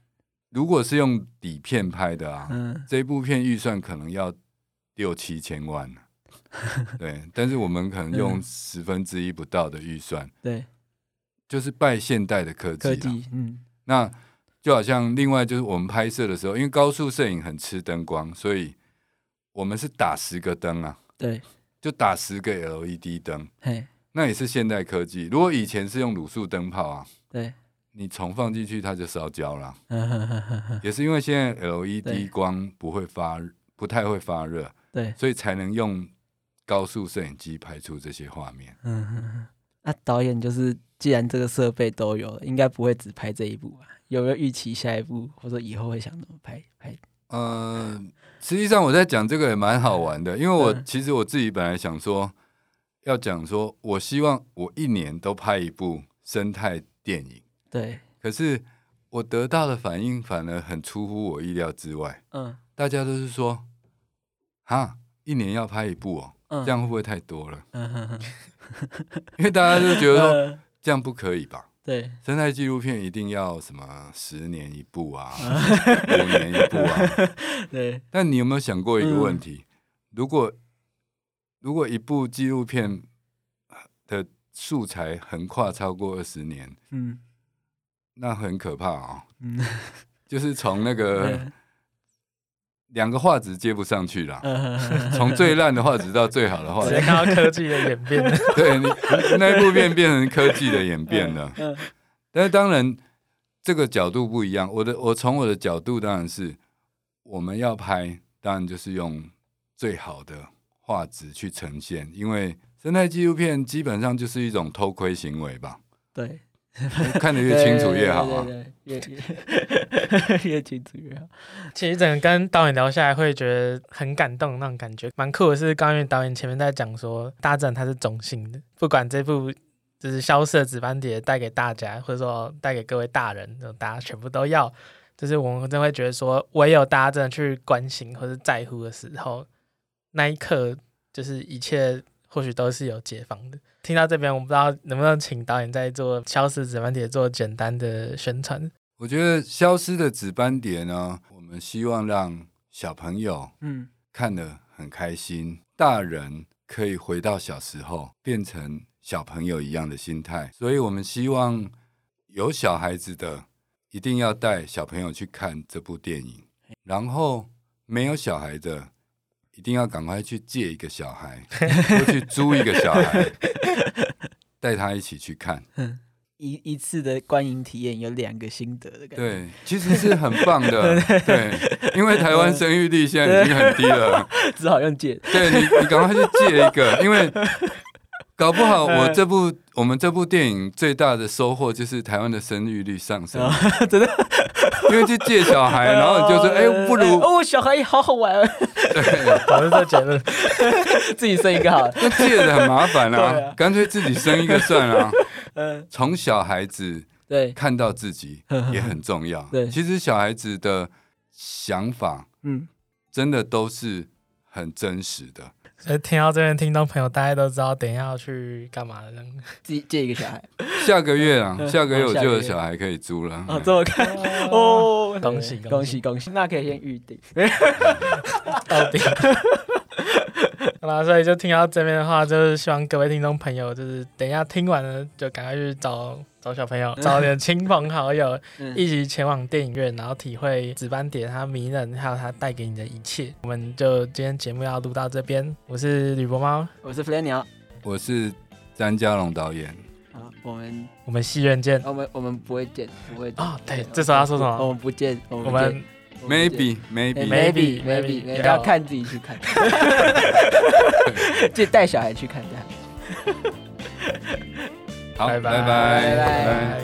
[SPEAKER 4] 如果是用底片拍的啊，
[SPEAKER 3] 嗯，
[SPEAKER 4] 这部片预算可能要六七千万，啊
[SPEAKER 3] [LAUGHS]
[SPEAKER 4] 对，但是我们可能用
[SPEAKER 3] 嗯
[SPEAKER 4] 十分之一不到的预算，
[SPEAKER 3] 对，
[SPEAKER 4] 就是拜现代的科技
[SPEAKER 3] 科
[SPEAKER 4] 啦。
[SPEAKER 3] 技，嗯，
[SPEAKER 4] 那就好像另外就是我们拍摄的时候，因为高速摄影很吃灯光，所以我们是打十个灯啊，
[SPEAKER 3] 对，
[SPEAKER 4] 就打十个 LED 灯，
[SPEAKER 3] 嘿，
[SPEAKER 4] 那也是现代科技。如果以前是用卤素灯泡啊，
[SPEAKER 3] 对，
[SPEAKER 4] 你重放进去它就烧焦了。
[SPEAKER 3] 嗯哼哼哼哼，
[SPEAKER 4] 也是因为现在
[SPEAKER 3] 对
[SPEAKER 4] LED 光不会发，不太会发热，
[SPEAKER 3] 对，
[SPEAKER 4] 所以才能用高速摄影机拍出这些画面。
[SPEAKER 3] 嗯哼哼，那导演就是，既然这个设备都有了，应该不会只拍这一部吧？有没有预期下一部，或者以后会想怎么拍拍？
[SPEAKER 4] 呃，实际上我在讲这个也蛮好玩的，因为我
[SPEAKER 3] 嗯
[SPEAKER 4] 其实我自己本来想说，要讲说我希望我一年都拍一部生态电影，
[SPEAKER 3] 对，
[SPEAKER 4] 可是我得到的反应反而很出乎我意料之外，
[SPEAKER 3] 嗯
[SPEAKER 4] 大家都是说，哈，一年要拍一部哦，
[SPEAKER 3] 嗯，
[SPEAKER 4] 这样会不会太多了？ [LAUGHS]
[SPEAKER 3] 嗯哼哼，
[SPEAKER 4] 因为大家就觉得说。
[SPEAKER 3] 呃
[SPEAKER 4] 这样不可以吧？
[SPEAKER 3] 对，
[SPEAKER 4] 生态纪录片一定要什么十年一部
[SPEAKER 3] [LAUGHS]
[SPEAKER 4] 啊，五年一部啊？
[SPEAKER 3] 对，
[SPEAKER 4] 但你有没有想过一个问题？如果如果一部纪录片呃的素材横跨超过二十年，
[SPEAKER 3] 嗯
[SPEAKER 4] 那很可怕啊、
[SPEAKER 3] 嗯，
[SPEAKER 4] 就是从那
[SPEAKER 3] [LAUGHS]
[SPEAKER 4] 个
[SPEAKER 3] 嗯
[SPEAKER 4] 两个画质接不上去啦，
[SPEAKER 3] 嗯哼哼
[SPEAKER 4] 从最烂的画质到最好的
[SPEAKER 2] [LAUGHS]
[SPEAKER 4] 画
[SPEAKER 2] 直接
[SPEAKER 4] 质，
[SPEAKER 2] 看到科技的演变，
[SPEAKER 4] 对，你那一部片变成科技的演 [LAUGHS] 变了。
[SPEAKER 3] 嗯
[SPEAKER 4] 但是当然，这个角度不一样。我的我从我的角度当然是我们要拍，当然就是用最好的画质去呈现，因为生态纪录片基本上就是一种偷窥行为
[SPEAKER 3] [LAUGHS]
[SPEAKER 4] 吧，
[SPEAKER 3] 对，
[SPEAKER 4] 看得越清楚越好啊。
[SPEAKER 3] 对，对对对越越 [LAUGHS] 越清楚越好。
[SPEAKER 2] [LAUGHS] 其实整个跟导演聊下来，会觉得很感动那种感觉，蛮酷的是。刚刚导演前面在讲说，大自然它是中性的，不管这部就是萧瑟紫斑蝶带给大家，或者说带给各位大人，就大家全部都要。就是我们真会觉得说，唯有大家真的去关心或是在乎的时候，那一刻就是一切或许都是有解放的。听到这边，我不知道能不能请导演再做萧瑟紫斑蝶做简单的宣传。
[SPEAKER 4] 我觉得《消失的紫斑蝶》呢，我们希望让小朋友
[SPEAKER 3] 嗯，
[SPEAKER 4] 看得很开心，大人可以回到小时候，变成小朋友一样的心态。所以我们希望有小孩子的，一定要带小朋友去看这部电影，然后没有小孩的。一定要赶快去借一个小孩，或去租一个小孩，带他一起去看。
[SPEAKER 3] 一一次的观影体验有两个心得的感觉。
[SPEAKER 4] 对，其实是很棒的。对，因为台湾生育率现在已经很低了，
[SPEAKER 3] 对， [LAUGHS] 只好用借。
[SPEAKER 4] [LAUGHS] 对你，你赶快去借一个，因为搞不好我
[SPEAKER 3] 嗯
[SPEAKER 4] 这部、我们这部电影最大的收获就是台湾的生育率上升，
[SPEAKER 3] 哦真的，
[SPEAKER 4] 因为去借小孩，
[SPEAKER 3] [LAUGHS]
[SPEAKER 4] 然后你就说，哎、不如、
[SPEAKER 3] 哦，小孩好好玩，
[SPEAKER 2] [LAUGHS] 导致这结论。
[SPEAKER 3] [LAUGHS] 自己生一个好
[SPEAKER 4] [LAUGHS]
[SPEAKER 3] 了。
[SPEAKER 4] 那借的很麻烦
[SPEAKER 3] [LAUGHS] 对
[SPEAKER 4] 啊
[SPEAKER 3] 啊，
[SPEAKER 4] 干、脆自己生一个算了、啊。
[SPEAKER 3] 嗯，
[SPEAKER 4] 从小孩子
[SPEAKER 3] 对，
[SPEAKER 4] 看到自
[SPEAKER 3] [LAUGHS]
[SPEAKER 4] 己也很重要。
[SPEAKER 3] 对
[SPEAKER 4] 其实小孩子的想法
[SPEAKER 3] 嗯，
[SPEAKER 4] 真的都是很真实的。
[SPEAKER 2] 所以听到这边，听众朋友大家都知道，等一下要去干嘛了。
[SPEAKER 3] 自己借一个小孩，
[SPEAKER 4] 下个月啊，
[SPEAKER 3] 嗯
[SPEAKER 4] 下个月
[SPEAKER 3] 哦
[SPEAKER 4] 我
[SPEAKER 3] 下
[SPEAKER 4] 就
[SPEAKER 3] 个
[SPEAKER 4] 有
[SPEAKER 3] 月
[SPEAKER 4] 小孩可以租了。
[SPEAKER 3] 哦，
[SPEAKER 4] 嗯
[SPEAKER 3] 这么看哦，
[SPEAKER 2] 恭喜
[SPEAKER 3] 恭
[SPEAKER 2] 恭
[SPEAKER 3] 喜
[SPEAKER 2] 喜
[SPEAKER 3] 恭喜，那可以先预定，
[SPEAKER 2] [LAUGHS]
[SPEAKER 4] 哎
[SPEAKER 2] 到底。 [LAUGHS] 好啦，所以就听到这边的话，就是希望各位听众朋友，就是等一下听完了就赶快去找找小朋友，找你的亲朋好友，
[SPEAKER 3] 嗯
[SPEAKER 2] 一起前往电影院，然后体会紫斑蝶它迷人，还有它带给你的一切。我们就今天节目要录到这边，我是吕博猫，
[SPEAKER 3] 我是 f l a n 鸟，
[SPEAKER 4] 我是詹家龙导演，
[SPEAKER 3] 啊，我们
[SPEAKER 2] 我们戏院见。
[SPEAKER 3] 我们我们不会见，不会见
[SPEAKER 2] 哦，对，这时候要说什
[SPEAKER 3] 我
[SPEAKER 2] 么？
[SPEAKER 3] 们不见，哦我
[SPEAKER 2] 我
[SPEAKER 3] 们不
[SPEAKER 2] 们
[SPEAKER 3] 见我们不见
[SPEAKER 4] maybe maybe，
[SPEAKER 2] 没 Maybe，
[SPEAKER 3] maybe maybe，
[SPEAKER 2] maybe，
[SPEAKER 3] 要看自己去看， [LAUGHS] 就带小孩去看，带小孩去看。
[SPEAKER 4] 好，
[SPEAKER 2] 拜拜
[SPEAKER 4] 拜拜
[SPEAKER 3] 拜
[SPEAKER 2] 拜。